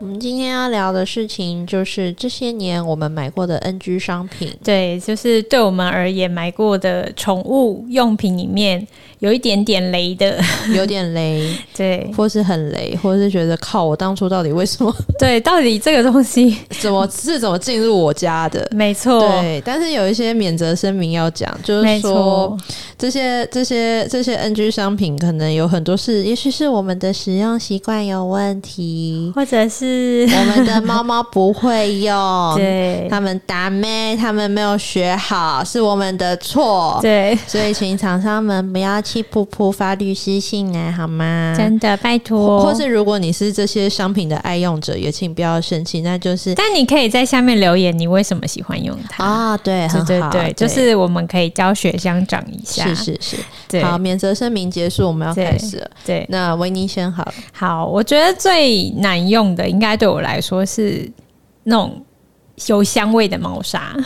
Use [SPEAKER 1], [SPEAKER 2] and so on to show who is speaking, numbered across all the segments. [SPEAKER 1] 我们今天要聊的事情就是这些年我们买过的 NG 商品。
[SPEAKER 2] 对，就是对我们而言，买过的宠物用品里面有一点点雷 的。
[SPEAKER 1] 有点雷，
[SPEAKER 2] 对
[SPEAKER 1] 或是很雷，或是觉得靠，我当初到底为什么
[SPEAKER 2] 对，到底这个东西，
[SPEAKER 1] 怎么是怎么进入我家的？
[SPEAKER 2] 没错，
[SPEAKER 1] 对，但是有一些免责声明要讲，就是
[SPEAKER 2] 没
[SPEAKER 1] 说
[SPEAKER 2] 错，
[SPEAKER 1] 这些这些这些 NG 商品可能有很多是，也许是我们的使用习惯有问 题，
[SPEAKER 2] 或者是
[SPEAKER 1] 我们的猫猫不会用，
[SPEAKER 2] 对
[SPEAKER 1] 他们达咩，他们没有学好，是我们的错。
[SPEAKER 2] 对，
[SPEAKER 1] 所以，请厂商们不要气噗噗发律师信来好吗？
[SPEAKER 2] 真的拜托。
[SPEAKER 1] 嗯或是如果你是这些商品的爱用者，也请不要生气，那就是
[SPEAKER 2] 但你可以在下面留言，你为什么喜欢用它？
[SPEAKER 1] 啊，对，
[SPEAKER 2] 对
[SPEAKER 1] 很
[SPEAKER 2] 对
[SPEAKER 1] 好，
[SPEAKER 2] 对，就是我们可以教学相长一下。
[SPEAKER 1] 是是是。
[SPEAKER 2] 对
[SPEAKER 1] 好，免责声明结束，我们要开始了。
[SPEAKER 2] 对，
[SPEAKER 1] 那维尼先好了，
[SPEAKER 2] 好，我觉得最难用的，应该对我来说是那种有香味的猫砂。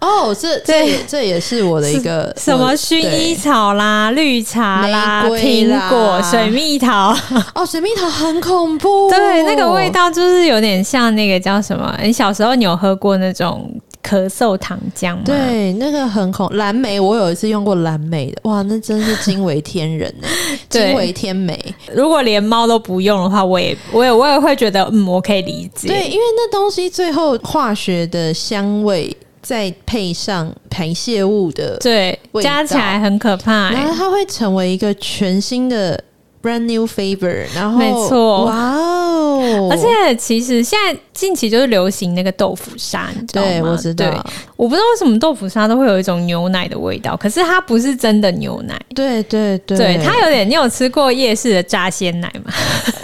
[SPEAKER 1] 哦，这这也这也是我的一个
[SPEAKER 2] 什么薰衣草啦、绿茶啦、
[SPEAKER 1] 玫瑰
[SPEAKER 2] 苹
[SPEAKER 1] 啦
[SPEAKER 2] 果、水蜜桃，
[SPEAKER 1] 我哦，水蜜桃很恐怖，
[SPEAKER 2] 对， 那个味，道就是有点像那个叫什么？你小时候你有喝过那种咳嗽糖浆吗？，
[SPEAKER 1] 对，那个很恐。蓝莓，我有一次用过蓝莓的，哇，那真是惊为天人呢、
[SPEAKER 2] 对
[SPEAKER 1] 惊为天美。
[SPEAKER 2] 如果连猫都不用的话，我也我也我也会觉得，嗯，我可以理解。
[SPEAKER 1] 对，因为那东西最后化学的香味，再配上排泄物的，
[SPEAKER 2] 对，
[SPEAKER 1] 味道
[SPEAKER 2] 加起来很可怕、
[SPEAKER 1] 然
[SPEAKER 2] 欸
[SPEAKER 1] 后。它会成为一个全新的 brand new flavor，然后
[SPEAKER 2] 没错
[SPEAKER 1] 哇哦，
[SPEAKER 2] 而且其实现在近期就是流行那个豆腐沙，你知道吗？
[SPEAKER 1] 对，我知道
[SPEAKER 2] 对。我不知道为什么豆腐沙都会有一种牛奶的味道，可是它不是真的牛奶，
[SPEAKER 1] 对对对，
[SPEAKER 2] 对，它有点，你有吃过夜市的炸鲜奶吗？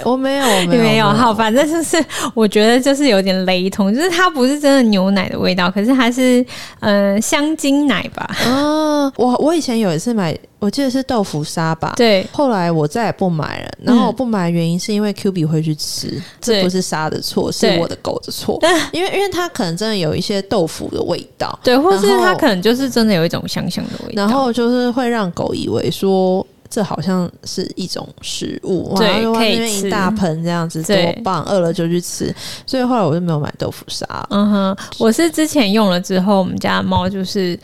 [SPEAKER 1] 我没有，我
[SPEAKER 2] 你
[SPEAKER 1] 没有，
[SPEAKER 2] 没有，
[SPEAKER 1] 我
[SPEAKER 2] 好，反正就是 我觉得就是有点雷同，就是它不是真的牛奶的味道，可是它是嗯、呃香精奶吧？
[SPEAKER 1] 嗯，我我以前有一次买，我记得是豆腐沙吧。
[SPEAKER 2] 对
[SPEAKER 1] 后来我再也不买了，然后我不买的原因是因为 Q B 会去吃，这
[SPEAKER 2] 嗯对
[SPEAKER 1] 不是沙的错，是
[SPEAKER 2] 对
[SPEAKER 1] 我的狗的错，因为因为它可能真的有一些豆腐的味道，
[SPEAKER 2] 对，或是
[SPEAKER 1] 然后
[SPEAKER 2] 它可能就是真的有一种香香的味道，
[SPEAKER 1] 然后就是会让狗以为说这好像是一种食物，
[SPEAKER 2] 对
[SPEAKER 1] 然后就往
[SPEAKER 2] 可以
[SPEAKER 1] 那边一
[SPEAKER 2] 吃
[SPEAKER 1] 大盆这样子多
[SPEAKER 2] 对
[SPEAKER 1] 棒，饿了就去吃，所以后来我就没有买豆腐沙 了。
[SPEAKER 2] 嗯哼，我是之前用了之后，我们家的猫就是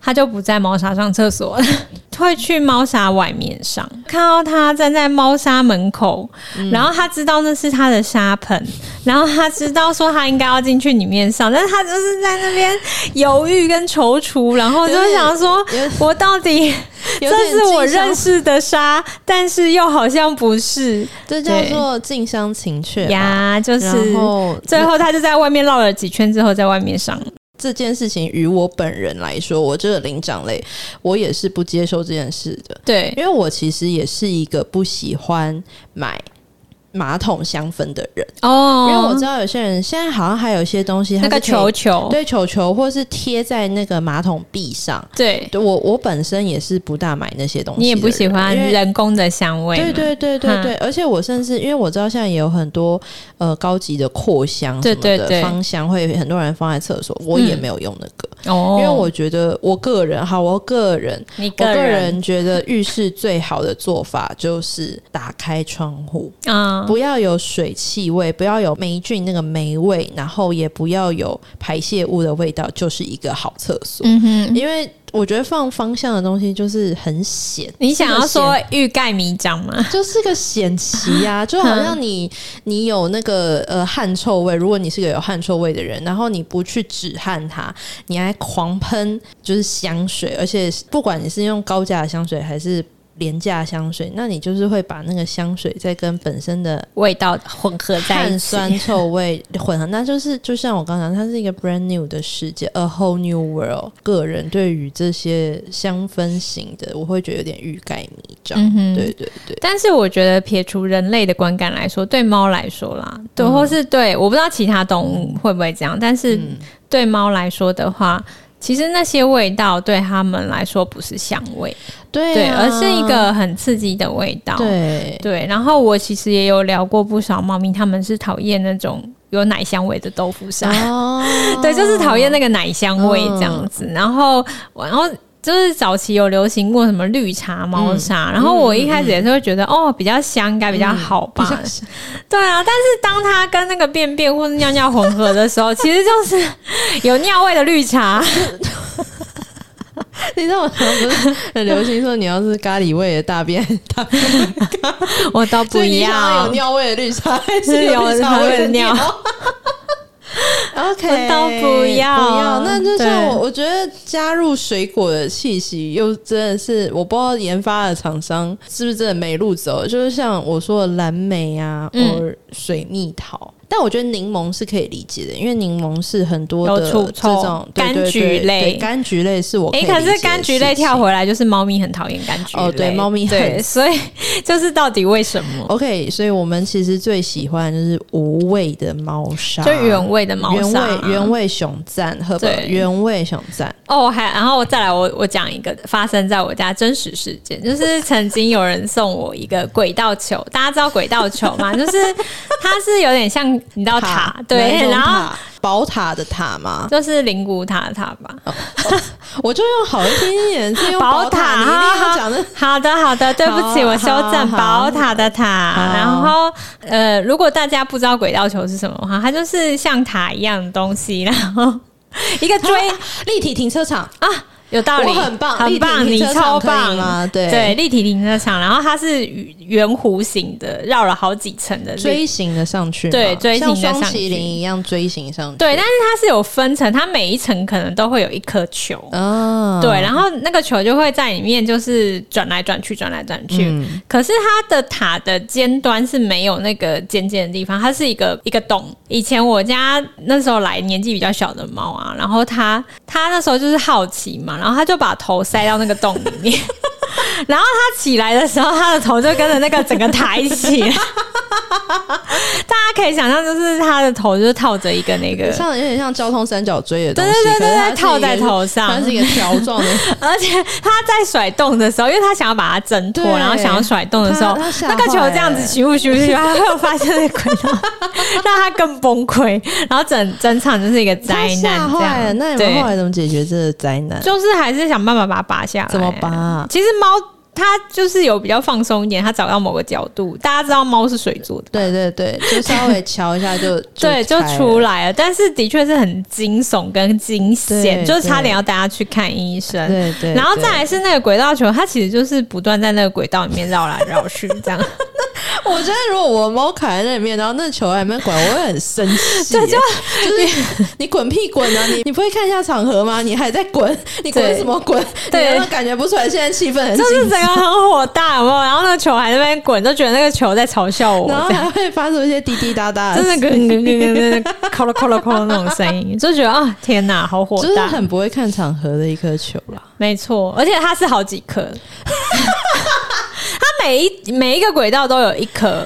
[SPEAKER 2] 它就不在猫砂上厕所了， 会去猫砂外面上。看到它站在猫砂门口，
[SPEAKER 1] 嗯
[SPEAKER 2] 然后它知道那是它的沙盆，然后它知道说它应该要进去里面上，但是它就是在那边犹豫跟踌躇，然后就
[SPEAKER 1] 有点
[SPEAKER 2] 想说
[SPEAKER 1] 有点，
[SPEAKER 2] 我到底
[SPEAKER 1] 有
[SPEAKER 2] 这
[SPEAKER 1] 点
[SPEAKER 2] 是我
[SPEAKER 1] 近乡
[SPEAKER 2] 认识的沙，但是又好像不是
[SPEAKER 1] 这叫
[SPEAKER 2] 对
[SPEAKER 1] 做近乡情怯吧
[SPEAKER 2] 呀，就是。
[SPEAKER 1] 啊然后
[SPEAKER 2] 最后，它就在外面绕了几圈之后，在外面上了
[SPEAKER 1] 这件事情于我本人来说，我这个灵长类，我也是不接受这件事的，
[SPEAKER 2] 对，
[SPEAKER 1] 因为我其实也是一个不喜欢买马桶香氛的人，
[SPEAKER 2] 哦
[SPEAKER 1] 因为我知道有些人现在好像还有一些东西，它
[SPEAKER 2] 那
[SPEAKER 1] 是
[SPEAKER 2] 个
[SPEAKER 1] 可以
[SPEAKER 2] 球球，
[SPEAKER 1] 对球球，或是贴在那个马桶壁上。
[SPEAKER 2] 对，
[SPEAKER 1] 对我我本身也是不大买那些东西的人，
[SPEAKER 2] 你也不喜欢
[SPEAKER 1] 因为
[SPEAKER 2] 人工的香味嘛，
[SPEAKER 1] 对对对对对，而且我甚至因为我知道现在也有很多呃高级的扩香什么的
[SPEAKER 2] 对对对
[SPEAKER 1] 芳香，会很多人放在厕所，我也
[SPEAKER 2] 嗯
[SPEAKER 1] 没有用那个，
[SPEAKER 2] 哦，
[SPEAKER 1] 因为我觉得我个人哈，我个人。
[SPEAKER 2] 你
[SPEAKER 1] 我
[SPEAKER 2] 个
[SPEAKER 1] 个人觉得浴室最好的做法就是打开窗户，
[SPEAKER 2] 啊，
[SPEAKER 1] 不要有水汽味，不要有霉菌那个霉味，然后也不要有排泄物的味道，就是一个好厕所。
[SPEAKER 2] 嗯哼，
[SPEAKER 1] 因为我觉得放芳香的东西就是很显，
[SPEAKER 2] 你想
[SPEAKER 1] 是
[SPEAKER 2] 要
[SPEAKER 1] 个
[SPEAKER 2] 说
[SPEAKER 1] 显
[SPEAKER 2] 欲盖弥彰吗？
[SPEAKER 1] 就是个显奇 呀、就好像你你有那个呃汗臭味，如果你是个有汗臭味的人，然后你不去止汗它，你还狂喷就是香水，而且不管你是用高价的香水还是。廉价香水，那你就是会把那个香水再跟本身的
[SPEAKER 2] 味道混合在一
[SPEAKER 1] 碳
[SPEAKER 2] 起，
[SPEAKER 1] 酸臭味混合，那就是就像我刚刚讲，它是一个 brand new 的世界，a whole new world。个人对于这些香氛型的，我会觉得有点欲盖弥彰。
[SPEAKER 2] 嗯哼，
[SPEAKER 1] 对对对，
[SPEAKER 2] 但是我觉得撇除人类的观感来说，对猫来说啦，对，
[SPEAKER 1] 嗯
[SPEAKER 2] 或是对，我不知道其他动物会不会这样，但是
[SPEAKER 1] 嗯
[SPEAKER 2] 对猫来说的话。其实那些味道对它们来说不是香味，
[SPEAKER 1] 对
[SPEAKER 2] 对，
[SPEAKER 1] 啊
[SPEAKER 2] 而是一个很刺激的味道。
[SPEAKER 1] 对
[SPEAKER 2] 对，然后我其实也有聊过不少猫咪，它们是讨厌那种有奶香味的豆腐沙。
[SPEAKER 1] 哦
[SPEAKER 2] 对，就是讨厌那个奶香味这样子。然后，然后就是早期有流行过什么绿茶猫
[SPEAKER 1] 嗯
[SPEAKER 2] 砂，然后我一开始也是会觉得、哦，比较香，应该比较好吧。
[SPEAKER 1] 嗯
[SPEAKER 2] 对啊，但是当它跟那个便便或者尿尿混合 的时候，其实就是有尿味的绿茶。
[SPEAKER 1] 你知道我常不是很流行说你要是咖喱味的大便，大便
[SPEAKER 2] 我 倒
[SPEAKER 1] 所
[SPEAKER 2] 不
[SPEAKER 1] 以你 想要
[SPEAKER 2] 要
[SPEAKER 1] 有，尿味的绿茶，还 是
[SPEAKER 2] 有
[SPEAKER 1] 绿茶
[SPEAKER 2] 茶
[SPEAKER 1] 味
[SPEAKER 2] 味
[SPEAKER 1] 的
[SPEAKER 2] 的尿
[SPEAKER 1] OK，
[SPEAKER 2] 我都不要
[SPEAKER 1] 不要。那就像
[SPEAKER 2] 对
[SPEAKER 1] 我，我觉得加入水果的气息，又真的是我不知道研发的厂商是不是真的没路走。就是像我说的蓝莓啊，
[SPEAKER 2] 嗯
[SPEAKER 1] 或水蜜桃。但我觉得柠檬是可以理解的，因为柠檬是很多的
[SPEAKER 2] 有储
[SPEAKER 1] 这种对
[SPEAKER 2] 存
[SPEAKER 1] 对
[SPEAKER 2] 柑橘
[SPEAKER 1] 对对
[SPEAKER 2] 类
[SPEAKER 1] 柑橘类是我
[SPEAKER 2] 哎、
[SPEAKER 1] 以
[SPEAKER 2] 可
[SPEAKER 1] 理
[SPEAKER 2] 是
[SPEAKER 1] 解的
[SPEAKER 2] 柑橘
[SPEAKER 1] 事
[SPEAKER 2] 类
[SPEAKER 1] 情
[SPEAKER 2] 跳回来就是猫咪很讨厌柑橘类
[SPEAKER 1] 哦对猫咪很哦
[SPEAKER 2] 对，所以 就是到底为什么？
[SPEAKER 1] OK，所以我们其实最喜欢就是无味的猫砂，
[SPEAKER 2] 就原味的猫
[SPEAKER 1] 原
[SPEAKER 2] 砂、
[SPEAKER 1] 味原味熊赞，喝吧
[SPEAKER 2] 对
[SPEAKER 1] 原味熊赞，
[SPEAKER 2] 哦，还然后再来我，我讲一个发生在我家真实事件，就是曾经有人送我一个轨道球，大家知道轨道球 吗？就是它是有点像你知道啊塔，
[SPEAKER 1] 哪一
[SPEAKER 2] 对，
[SPEAKER 1] 种
[SPEAKER 2] 然后
[SPEAKER 1] 塔宝塔的塔嘛，
[SPEAKER 2] 就是灵骨塔的塔吧，
[SPEAKER 1] 我就用好听一点，是用宝塔，你一定要讲的。
[SPEAKER 2] 好的，好的，对不起，
[SPEAKER 1] 好
[SPEAKER 2] 我修正
[SPEAKER 1] 好
[SPEAKER 2] 宝塔的塔。
[SPEAKER 1] 好
[SPEAKER 2] 然后，呃，如果大家不知道轨道球是什么的话，它就是像塔一样的东西，然后 一个锥
[SPEAKER 1] 立体停车场，
[SPEAKER 2] 啊，有道理，
[SPEAKER 1] 我很棒
[SPEAKER 2] 很棒，
[SPEAKER 1] 立体
[SPEAKER 2] 你
[SPEAKER 1] 停车场
[SPEAKER 2] 超
[SPEAKER 1] 可以
[SPEAKER 2] 棒
[SPEAKER 1] 吗对
[SPEAKER 2] 对，立体停车场，然后它是圆弧形的，绕了好几层的立
[SPEAKER 1] 锥形的上去嘛，
[SPEAKER 2] 对锥形的
[SPEAKER 1] 像
[SPEAKER 2] 上去
[SPEAKER 1] 双麒麟一样锥形上去。
[SPEAKER 2] 对，但是它是有分层，它每一层可能都会有一颗球。
[SPEAKER 1] 啊，
[SPEAKER 2] 对，然后那个球就会在里面就是转来转去，转来转去。可是它的塔的尖端是没有那个尖尖的地方，它是一个一个洞。以前我家那时候来年纪比较小的猫啊，然后它它那时候就是好奇嘛，然后它就把头塞到那个洞里面。然后它起来的时候，它的头就跟着那个整个塔一起。 大家可以想象，就是它的头就是套着一个那个，
[SPEAKER 1] 像有点像交通三角锥的东西，
[SPEAKER 2] 对对对
[SPEAKER 1] 可是
[SPEAKER 2] 对
[SPEAKER 1] 它是一
[SPEAKER 2] 对
[SPEAKER 1] 个
[SPEAKER 2] 套在头上
[SPEAKER 1] 它是一个条状 的。
[SPEAKER 2] 而且他在甩动的时候，因为他想要把它挣脱，
[SPEAKER 1] 对
[SPEAKER 2] 然后想要甩动的时候
[SPEAKER 1] 他他，吓坏
[SPEAKER 2] 那个球这样子咻咻咻，他会有发现那个轨道，让他更崩溃，然后整整场就是一个灾
[SPEAKER 1] 他吓
[SPEAKER 2] 难这
[SPEAKER 1] 坏了，
[SPEAKER 2] 样。
[SPEAKER 1] 那你们后
[SPEAKER 2] 对，
[SPEAKER 1] 来怎么解决这个灾难？
[SPEAKER 2] 就是还是想办法把它拔下来。
[SPEAKER 1] 怎么拔啊
[SPEAKER 2] 其实猫它就是有比较放松一点，它找到某个角度。大家知道猫是水做的。
[SPEAKER 1] 对对 对，就稍微瞧一下就
[SPEAKER 2] 对，就
[SPEAKER 1] 拆了
[SPEAKER 2] 出来了，但是的确是很惊悚跟惊
[SPEAKER 1] 对
[SPEAKER 2] 险，就是差点要带它去看医生。
[SPEAKER 1] 对对，
[SPEAKER 2] 然后
[SPEAKER 1] 对
[SPEAKER 2] 再来是那个轨道球，它其实就是不断在那个轨道里面绕来绕去，这样
[SPEAKER 1] 我觉得如果我的猫卡在那里面，然后那球还没管，我会很生 气。对，就就是你滚屁滚啊！你你不会看一下场合吗？你还在滚，你滚
[SPEAKER 2] 对
[SPEAKER 1] 什么滚？
[SPEAKER 2] 对
[SPEAKER 1] 你有没有感觉不出来现在气氛很
[SPEAKER 2] 就是
[SPEAKER 1] 紧
[SPEAKER 2] 整个
[SPEAKER 1] 张，
[SPEAKER 2] 很火大，有没有？然后那个球还在那边滚，就觉得那个球在嘲笑我，
[SPEAKER 1] 然后
[SPEAKER 2] 这样
[SPEAKER 1] 还会发出一些滴滴答答的
[SPEAKER 2] 真
[SPEAKER 1] 声
[SPEAKER 2] 的
[SPEAKER 1] 音，
[SPEAKER 2] 咯咯咯咯咯，咯咯咯咯咯那种声音，就觉得啊，天哪，好火
[SPEAKER 1] 就是
[SPEAKER 2] 大，
[SPEAKER 1] 很不会看场合的一颗球啦。
[SPEAKER 2] 没错，而且它是好几颗， 它每一每一个轨道都有一颗，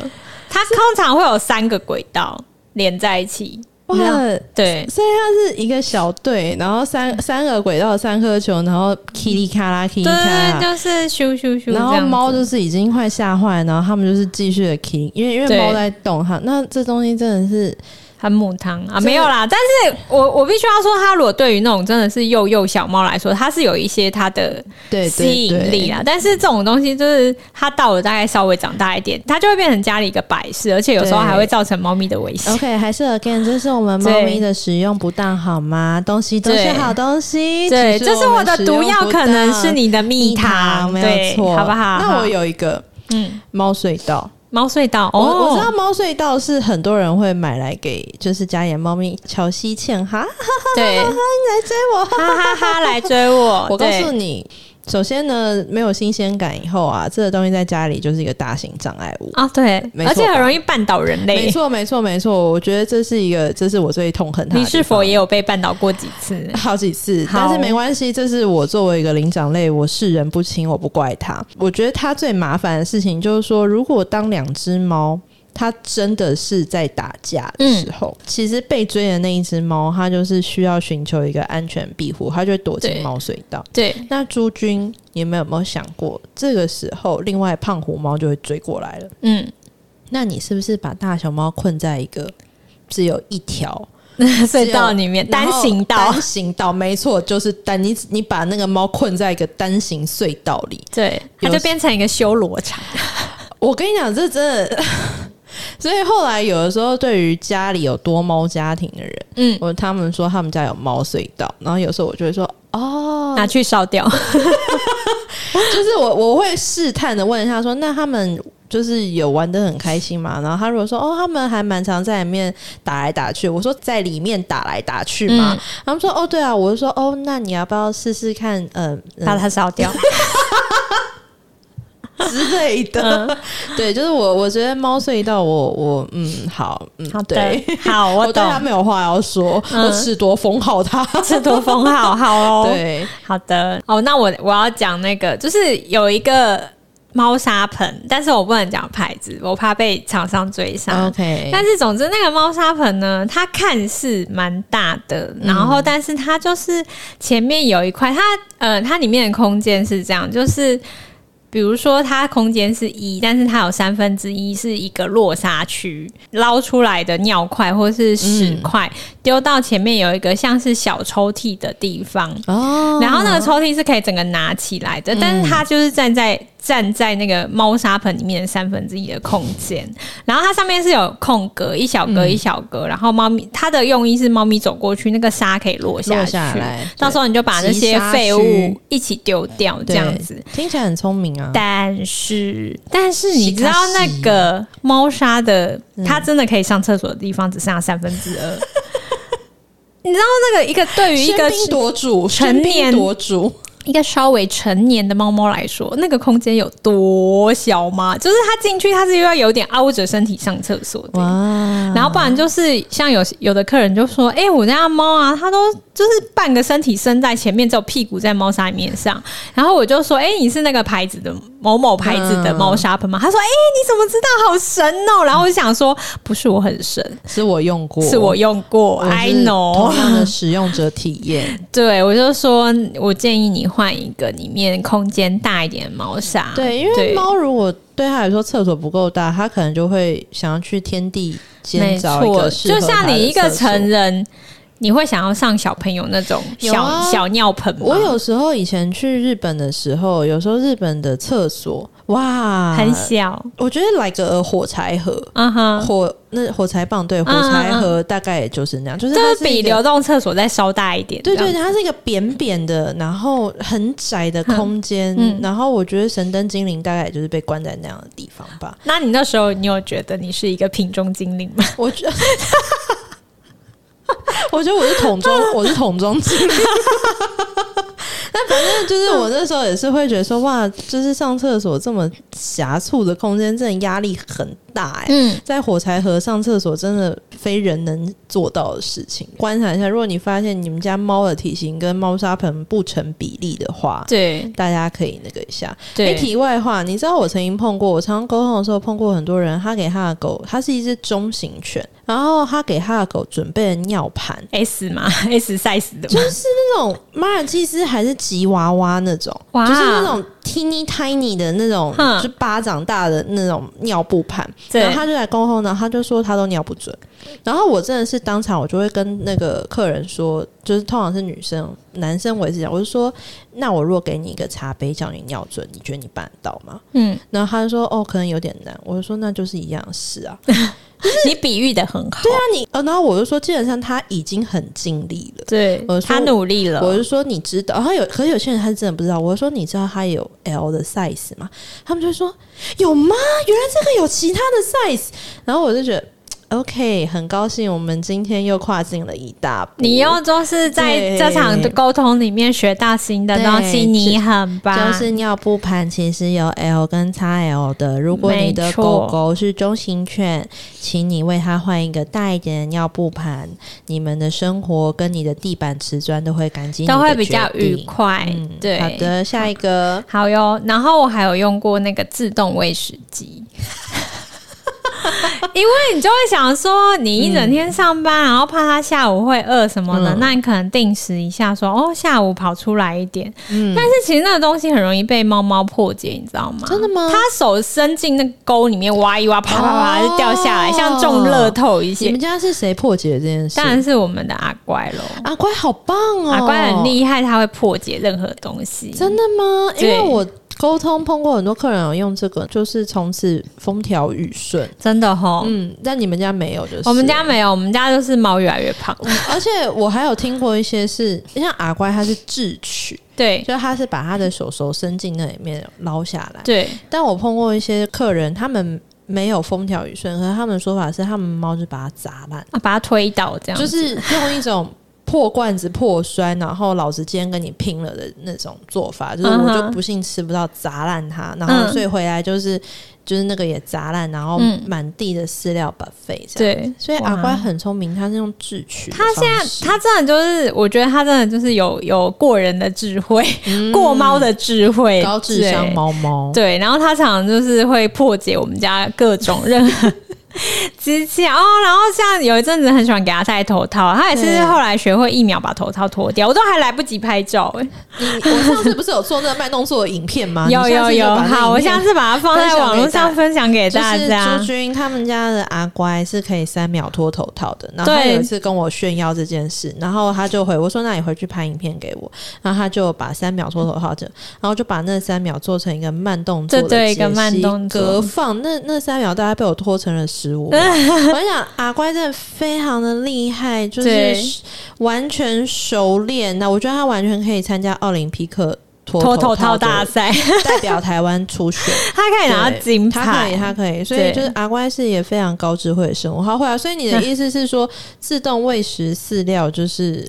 [SPEAKER 2] 它通常会有三个轨道连在一起，
[SPEAKER 1] 哇！
[SPEAKER 2] 你知道对，
[SPEAKER 1] 所以它是一个小队，然后三三个轨道三颗球，然后噼里咔啦噼里
[SPEAKER 2] 对
[SPEAKER 1] 咔啦
[SPEAKER 2] 对，，就是咻咻咻这样子，
[SPEAKER 1] 然后猫就是已经快吓坏，然后他们就是继续的 k 因为因为
[SPEAKER 2] 对
[SPEAKER 1] 猫在动哈。那这东西真的是
[SPEAKER 2] 很母汤
[SPEAKER 1] 真
[SPEAKER 2] 啊，
[SPEAKER 1] 的
[SPEAKER 2] 没有啦。但是我我必须要说，它如果对于那种真的是幼幼小猫来说，它是有一些它的
[SPEAKER 1] 对
[SPEAKER 2] 吸引力啊啦。但是这种东西就是它到了大概稍微长大一点，它就会变成家里一个摆设，而且有时候
[SPEAKER 1] 对
[SPEAKER 2] 还会造成猫咪的危险。
[SPEAKER 1] OK，还是 again，这是我们猫咪的使用不当好吗？东西都是
[SPEAKER 2] 对
[SPEAKER 1] 好东西，
[SPEAKER 2] 对，
[SPEAKER 1] 只
[SPEAKER 2] 这是我
[SPEAKER 1] 我
[SPEAKER 2] 的毒药，可能是你的蜜
[SPEAKER 1] 蜜
[SPEAKER 2] 糖，
[SPEAKER 1] 糖，没有
[SPEAKER 2] 对，
[SPEAKER 1] 错，
[SPEAKER 2] 好不好？
[SPEAKER 1] 那我有一个
[SPEAKER 2] 嗯，
[SPEAKER 1] 猫隧道，
[SPEAKER 2] 猫隧道
[SPEAKER 1] 我我知
[SPEAKER 2] 哦
[SPEAKER 1] 道，猫隧道是很多人会买来给就是家里的猫咪乔西茜哈，
[SPEAKER 2] 对，
[SPEAKER 1] 你来追我，
[SPEAKER 2] 哈哈哈，来追我，
[SPEAKER 1] 我告
[SPEAKER 2] 哦对
[SPEAKER 1] 诉你，首先呢，没有新鲜感以后啊，这个东西在家里就是一个大型障碍物。
[SPEAKER 2] 啊，对
[SPEAKER 1] 没，错
[SPEAKER 2] 而且很容易绊倒人类。
[SPEAKER 1] 没错，没错，没错，我觉得这是一个，这是我最痛恨它的地
[SPEAKER 2] 你
[SPEAKER 1] 方。
[SPEAKER 2] 是否也有被绊倒过几次？
[SPEAKER 1] 好几次？
[SPEAKER 2] 好
[SPEAKER 1] 但是没关系，这是我作为一个灵长类，我是人不清，我不怪它。我觉得它最麻烦的事情就是说，如果当两只猫。它真的是在打架的时候，
[SPEAKER 2] 嗯
[SPEAKER 1] 其实被追的那一只猫，它就是需要寻求一个安全庇护，它就会躲进
[SPEAKER 2] 对
[SPEAKER 1] 猫隧道。
[SPEAKER 2] 对，
[SPEAKER 1] 那朱军，你们有没有想过，这个时候另外胖 虎猫就会追过来了？
[SPEAKER 2] 嗯，
[SPEAKER 1] 那你是不是把大熊猫困在一个只有一条。
[SPEAKER 2] 隧道里面
[SPEAKER 1] 然
[SPEAKER 2] 单
[SPEAKER 1] 后
[SPEAKER 2] 行道
[SPEAKER 1] 单，行道，没错，就是单你你把那个猫困在一个单行隧道里。
[SPEAKER 2] 对，它
[SPEAKER 1] 有
[SPEAKER 2] 就变成一个修罗场。
[SPEAKER 1] 我跟你讲，这真的， 所以后来有的时候，对于家里有多猫家庭的人，
[SPEAKER 2] 嗯，
[SPEAKER 1] 我他们说他们家有猫隧道，然后有时候我就会说，哦，
[SPEAKER 2] 拿去烧掉。
[SPEAKER 1] 就是我我会试探的问一下说，那他们。就是有玩的很开心嘛，然后他如果说哦，他们还蛮常在里面打来打去，我说在里面打来打去嘛，
[SPEAKER 2] 嗯
[SPEAKER 1] 他们说哦对啊，我就说哦，那你要不要试试看，嗯、呃，
[SPEAKER 2] 把它烧掉。
[SPEAKER 1] 之类的。呃 对，就是我，我觉得猫隧道我，我嗯，好，嗯，
[SPEAKER 2] 好的
[SPEAKER 1] 对，，
[SPEAKER 2] 好，
[SPEAKER 1] 我
[SPEAKER 2] 我
[SPEAKER 1] 对
[SPEAKER 2] 懂。
[SPEAKER 1] 他没有话要说，
[SPEAKER 2] 嗯
[SPEAKER 1] 我 只多封号 他。
[SPEAKER 2] 赤土风好好哦。，
[SPEAKER 1] 对，
[SPEAKER 2] 好的。哦，那我我要讲那个，就是有一个猫砂盆，但是我不能讲牌子，我怕被厂商追杀。
[SPEAKER 1] OK，
[SPEAKER 2] 但是总之，那个猫砂盆呢，它看似蛮大的，然后但是它就是前面有一块，它呃，它里面的空间是这样，就是比如说它空间是一，但是它有三分之一是一个落沙区，捞出来的尿块或是屎块丢、到前面有一个像是小抽屉的地方，
[SPEAKER 1] 哦嗯
[SPEAKER 2] 然后那个抽屉是可以整个拿起来的，但是它就是站在站在那个猫砂盆里面的三分之一的空间，然后它上面是有空格，一小格一小格，然后猫咪它的用意是猫咪走过去，那个沙可以落下
[SPEAKER 1] 落
[SPEAKER 2] 去
[SPEAKER 1] 下来
[SPEAKER 2] 到时候你就把那
[SPEAKER 1] 集
[SPEAKER 2] 些
[SPEAKER 1] 沙
[SPEAKER 2] 废
[SPEAKER 1] 区
[SPEAKER 2] 物一起丢掉，这样
[SPEAKER 1] 对
[SPEAKER 2] 子。
[SPEAKER 1] 听起来很聪明啊。
[SPEAKER 2] 但是，但是你知道
[SPEAKER 1] 西卡
[SPEAKER 2] 那
[SPEAKER 1] 西
[SPEAKER 2] 个猫砂的，
[SPEAKER 1] 嗯
[SPEAKER 2] 它真的可以上厕所的地方只剩下三分 之二。你知道那个一个对于一个
[SPEAKER 1] 喧宾夺主，
[SPEAKER 2] 成
[SPEAKER 1] 喧宾
[SPEAKER 2] 年
[SPEAKER 1] 夺主，
[SPEAKER 2] 一个稍微成年的猫猫来说，那个空间有多小吗？就是它进去，它是又要有点凹着身体上厕所的。
[SPEAKER 1] 哇！
[SPEAKER 2] 然后不然就是像有有的客人就说：“哎、我家猫啊，它都就是半个身体伸在前面，只有屁股在猫砂里面上。”然后我就说：“哎、你是那个牌子的某某牌子的猫砂盆吗？”他说：“哎、你怎么知道？好神哦！”然后我就想说：“不是我很神，
[SPEAKER 1] 是我用过，
[SPEAKER 2] 是我用过
[SPEAKER 1] 我是
[SPEAKER 2] ，I know。”
[SPEAKER 1] 同样的使用者体验。
[SPEAKER 2] 对，我就说，我建议你换一个里面空间大一点的猫砂。
[SPEAKER 1] 对，因为猫如果对它来说厕所不够大，它可能就会想要去天地
[SPEAKER 2] 没
[SPEAKER 1] 间找一
[SPEAKER 2] 错，
[SPEAKER 1] 个适合
[SPEAKER 2] 就像
[SPEAKER 1] 它的
[SPEAKER 2] 你一个
[SPEAKER 1] 厕所
[SPEAKER 2] 成人，你会想要上小朋友那种
[SPEAKER 1] 有
[SPEAKER 2] 小、
[SPEAKER 1] 啊
[SPEAKER 2] 小尿盆吗？
[SPEAKER 1] 我有时候以前去日本的时候，有时候日本的厕所哇，
[SPEAKER 2] 很，小，
[SPEAKER 1] 我觉得来个火柴盒。
[SPEAKER 2] 嗯哼，
[SPEAKER 1] 火那火柴棒对，火柴盒大概也就是那样，就是它
[SPEAKER 2] 就是
[SPEAKER 1] 是一
[SPEAKER 2] 比
[SPEAKER 1] 个
[SPEAKER 2] 流动厕所再稍大一点。
[SPEAKER 1] 对
[SPEAKER 2] 这
[SPEAKER 1] 对，
[SPEAKER 2] 样，
[SPEAKER 1] 它是一个扁扁的，然后很窄的空间，
[SPEAKER 2] 嗯嗯
[SPEAKER 1] 然后我觉得神灯精灵大概也就是被关在那样的地方吧。
[SPEAKER 2] 那你那时候你有觉得你是一个瓶中精灵吗？
[SPEAKER 1] 我觉得， 我觉得我是桶中， 我是桶中精灵。 但反正就是我那时候也是会觉得说，哇，就是上厕所这么狭促的空间，真的压力很大哎、
[SPEAKER 2] 嗯，
[SPEAKER 1] 在火柴盒上厕所真的非人能做到的事情。观察一下，如果你发现你们家猫的体型跟猫砂盆不成比例的话，
[SPEAKER 2] 对
[SPEAKER 1] 大家可以那个一下。哎，
[SPEAKER 2] 对，
[SPEAKER 1] 题外话，你知道我曾经碰过，我常常沟通的时候碰过很多人，他给他的狗，它是一只中型犬，然后他给他的狗准备了尿盘，
[SPEAKER 2] S 嘛，S size 的
[SPEAKER 1] 就
[SPEAKER 2] 嘛，
[SPEAKER 1] 是那种马尔济斯还是吉娃娃那种，
[SPEAKER 2] 哇
[SPEAKER 1] 就是那种 teeny tiny 的那种，
[SPEAKER 2] 哼
[SPEAKER 1] 就是巴掌大的那种尿布盘。
[SPEAKER 2] 对
[SPEAKER 1] 然后他就来沟通，然后他就说他都尿不准。然后我真的是当场，我就会跟那个客人说，就是通常是女生，男生我也是讲，我就说，那我如果给你一个茶杯叫你尿准，你觉得你办得到吗？
[SPEAKER 2] 嗯，
[SPEAKER 1] 然后他就说，哦，可能有点难。我就说，那就是一样是啊。
[SPEAKER 2] 你比喻的很好，对啊，
[SPEAKER 1] 那你，呃，然后我就说，基本上他已经很尽力了。我
[SPEAKER 2] 对，
[SPEAKER 1] 说
[SPEAKER 2] 他努力了，
[SPEAKER 1] 我是说你知道，然后有，可是有些人他是真的不知道。我就说你知道他有 L 的 size 吗？他们就说有吗？原来这个有其他的 size。然后我就觉得。OK，很高兴我们今天又跨进了一大步。
[SPEAKER 2] 你又就是在
[SPEAKER 1] 对
[SPEAKER 2] 这场的沟通里面学到新的东西，
[SPEAKER 1] 对
[SPEAKER 2] 你很棒。
[SPEAKER 1] 就是尿布盘其实有 L 跟 XL 的。如果你的
[SPEAKER 2] 没错
[SPEAKER 1] 狗狗是中型犬，请你为它换一个大一点的尿布盘，你们的生活跟你的地板瓷砖都会感激你的
[SPEAKER 2] 都会
[SPEAKER 1] 决
[SPEAKER 2] 比较愉
[SPEAKER 1] 定。
[SPEAKER 2] 快，
[SPEAKER 1] 嗯，
[SPEAKER 2] 对，
[SPEAKER 1] 好的，下一 个。
[SPEAKER 2] 好哟。然后我还有用过那个自动喂食机，因为你就会想说，你一整天上班，然后怕他下午会饿什么的，
[SPEAKER 1] 嗯
[SPEAKER 2] 那你可能定时一下说，哦，下午跑出来一点。
[SPEAKER 1] 嗯
[SPEAKER 2] 但是其实那个东西很容易被猫猫破解，你知道吗？
[SPEAKER 1] 真的吗
[SPEAKER 2] 它手伸进那个沟里面挖一挖，啪啪啪
[SPEAKER 1] 哦
[SPEAKER 2] 就掉下来，像中乐透一
[SPEAKER 1] 你
[SPEAKER 2] 些
[SPEAKER 1] 们。家是谁破解这件事？
[SPEAKER 2] 当然是我们的阿乖喽，
[SPEAKER 1] 阿乖好棒哦，
[SPEAKER 2] 阿乖很厉害，他会破解任何东西。
[SPEAKER 1] 真的吗？因
[SPEAKER 2] 对
[SPEAKER 1] 为我沟通碰过很多客人有用这个，就是从此风调雨顺。
[SPEAKER 2] 真的吼，
[SPEAKER 1] 嗯，但你们家没有，就是
[SPEAKER 2] 我们家没有，我们家就是猫越来越胖。
[SPEAKER 1] 而且我还有听过一些是，像阿乖，他是智取，
[SPEAKER 2] 对
[SPEAKER 1] 就是他是把他的手手伸进那里面捞下来。
[SPEAKER 2] 对，
[SPEAKER 1] 但我碰过一些客人，他们没有风调雨顺，可是他们说法是他们猫就把它砸烂，
[SPEAKER 2] 啊，把它推倒这样
[SPEAKER 1] 就
[SPEAKER 2] 子。
[SPEAKER 1] 是用一种破罐子破摔，然后老子今天跟你拼了的那种做法，就是我
[SPEAKER 2] 嗯
[SPEAKER 1] 就
[SPEAKER 2] 哼
[SPEAKER 1] 不信吃不到砸烂它，然后
[SPEAKER 2] 嗯
[SPEAKER 1] 所以回来就是就是那个也砸烂，然后
[SPEAKER 2] 嗯
[SPEAKER 1] 满地的饲料把废这样。
[SPEAKER 2] 对，
[SPEAKER 1] 所以
[SPEAKER 2] 哇
[SPEAKER 1] 阿乖很聪明，他是用智取的
[SPEAKER 2] 他
[SPEAKER 1] 方式。
[SPEAKER 2] 现在他真的就是，我觉得他真的就是有有过人的智慧，过猫的智慧，
[SPEAKER 1] 高智商
[SPEAKER 2] 对。
[SPEAKER 1] 猫猫，
[SPEAKER 2] 对，然后他常常就是会破解我们家各种任何机器啊哦。然后像有一阵子很喜欢给他戴头套，他也是
[SPEAKER 1] 对
[SPEAKER 2] 后来学会一秒把头套脱掉，我都还来不及拍照、欸。
[SPEAKER 1] 你我上次不是有做那个脉动做的影片吗？
[SPEAKER 2] 有
[SPEAKER 1] 啊 你下
[SPEAKER 2] 有
[SPEAKER 1] 次就
[SPEAKER 2] 有，
[SPEAKER 1] 把那个
[SPEAKER 2] 好，我
[SPEAKER 1] 影片
[SPEAKER 2] 下次把它放在网络上分享给大
[SPEAKER 1] 就是
[SPEAKER 2] 家
[SPEAKER 1] 朱。军他们家的阿乖是可以三秒脱头套的，然后他
[SPEAKER 2] 对
[SPEAKER 1] 有一次跟我炫耀这件事，然后他就回我说：“那你回去拍影片给我。”然后他就把三秒脱头套这，然后就把那三秒做成一个慢动作的
[SPEAKER 2] 这对
[SPEAKER 1] 解
[SPEAKER 2] 一个
[SPEAKER 1] 析
[SPEAKER 2] 慢动作
[SPEAKER 1] 隔放，那那三秒大概被我拖成了十 五秒。我跟你讲，阿乖真的非常的厉害，就是
[SPEAKER 2] 对
[SPEAKER 1] 完全熟练。那我觉得他完全可以参加奥林匹克脱
[SPEAKER 2] 脱头
[SPEAKER 1] 头
[SPEAKER 2] 套
[SPEAKER 1] 套
[SPEAKER 2] 大
[SPEAKER 1] 的
[SPEAKER 2] 赛，
[SPEAKER 1] 代表台湾出选。
[SPEAKER 2] 他可以拿到
[SPEAKER 1] 对
[SPEAKER 2] 金牌，
[SPEAKER 1] 他可以，他可以，所以就是阿乖是也非常高智慧的生物。好，回来，所以你的意思是说，自动喂食饲料就是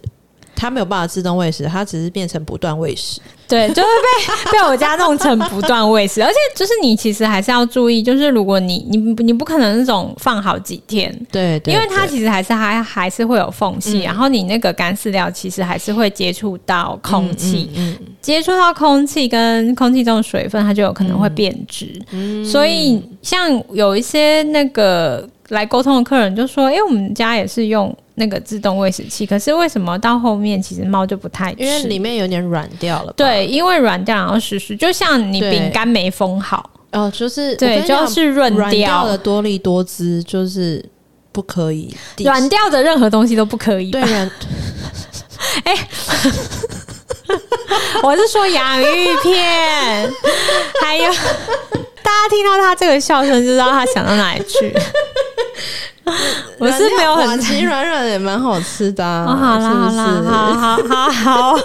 [SPEAKER 1] 它没有办法自动喂食，它只是变成不断喂食。
[SPEAKER 2] 对，就会被 被我家弄成不断喂食，而且就是你其实还是要注意，就是如果你你你不可能那种放好几天，
[SPEAKER 1] 对，
[SPEAKER 2] 因为它其实还是还还是会有缝
[SPEAKER 1] 嗯
[SPEAKER 2] 隙，然后你那个干饲料其实还是会接触到空气，
[SPEAKER 1] 嗯
[SPEAKER 2] 接触到空气跟空气中的水分，它就有可能
[SPEAKER 1] 嗯
[SPEAKER 2] 会变质。所以像有一些那个来沟通的客人就说：“哎、我们家也是用那个自动喂食器，可是为什么到后面其实猫就不太吃？
[SPEAKER 1] 因为里面有点软掉了吧。
[SPEAKER 2] 对，因为软掉然后湿湿，就像你
[SPEAKER 1] 对
[SPEAKER 2] 饼干没封好，
[SPEAKER 1] 哦，就是我
[SPEAKER 2] 对，
[SPEAKER 1] 跟你讲
[SPEAKER 2] 就是润
[SPEAKER 1] 软掉
[SPEAKER 2] 掉
[SPEAKER 1] 的，多利多汁就是不可以抵
[SPEAKER 2] 软掉的任何东西都不可以。
[SPEAKER 1] 对软
[SPEAKER 2] 我是说洋芋片，还有 大家听到他这个笑声，就知道他想到哪里 去。 我是没有
[SPEAKER 1] 软掉瓦
[SPEAKER 2] 很
[SPEAKER 1] 吉软软的也蛮好吃的啊、
[SPEAKER 2] 哦，好啦
[SPEAKER 1] 是
[SPEAKER 2] 好
[SPEAKER 1] 不是
[SPEAKER 2] 啦，好好好好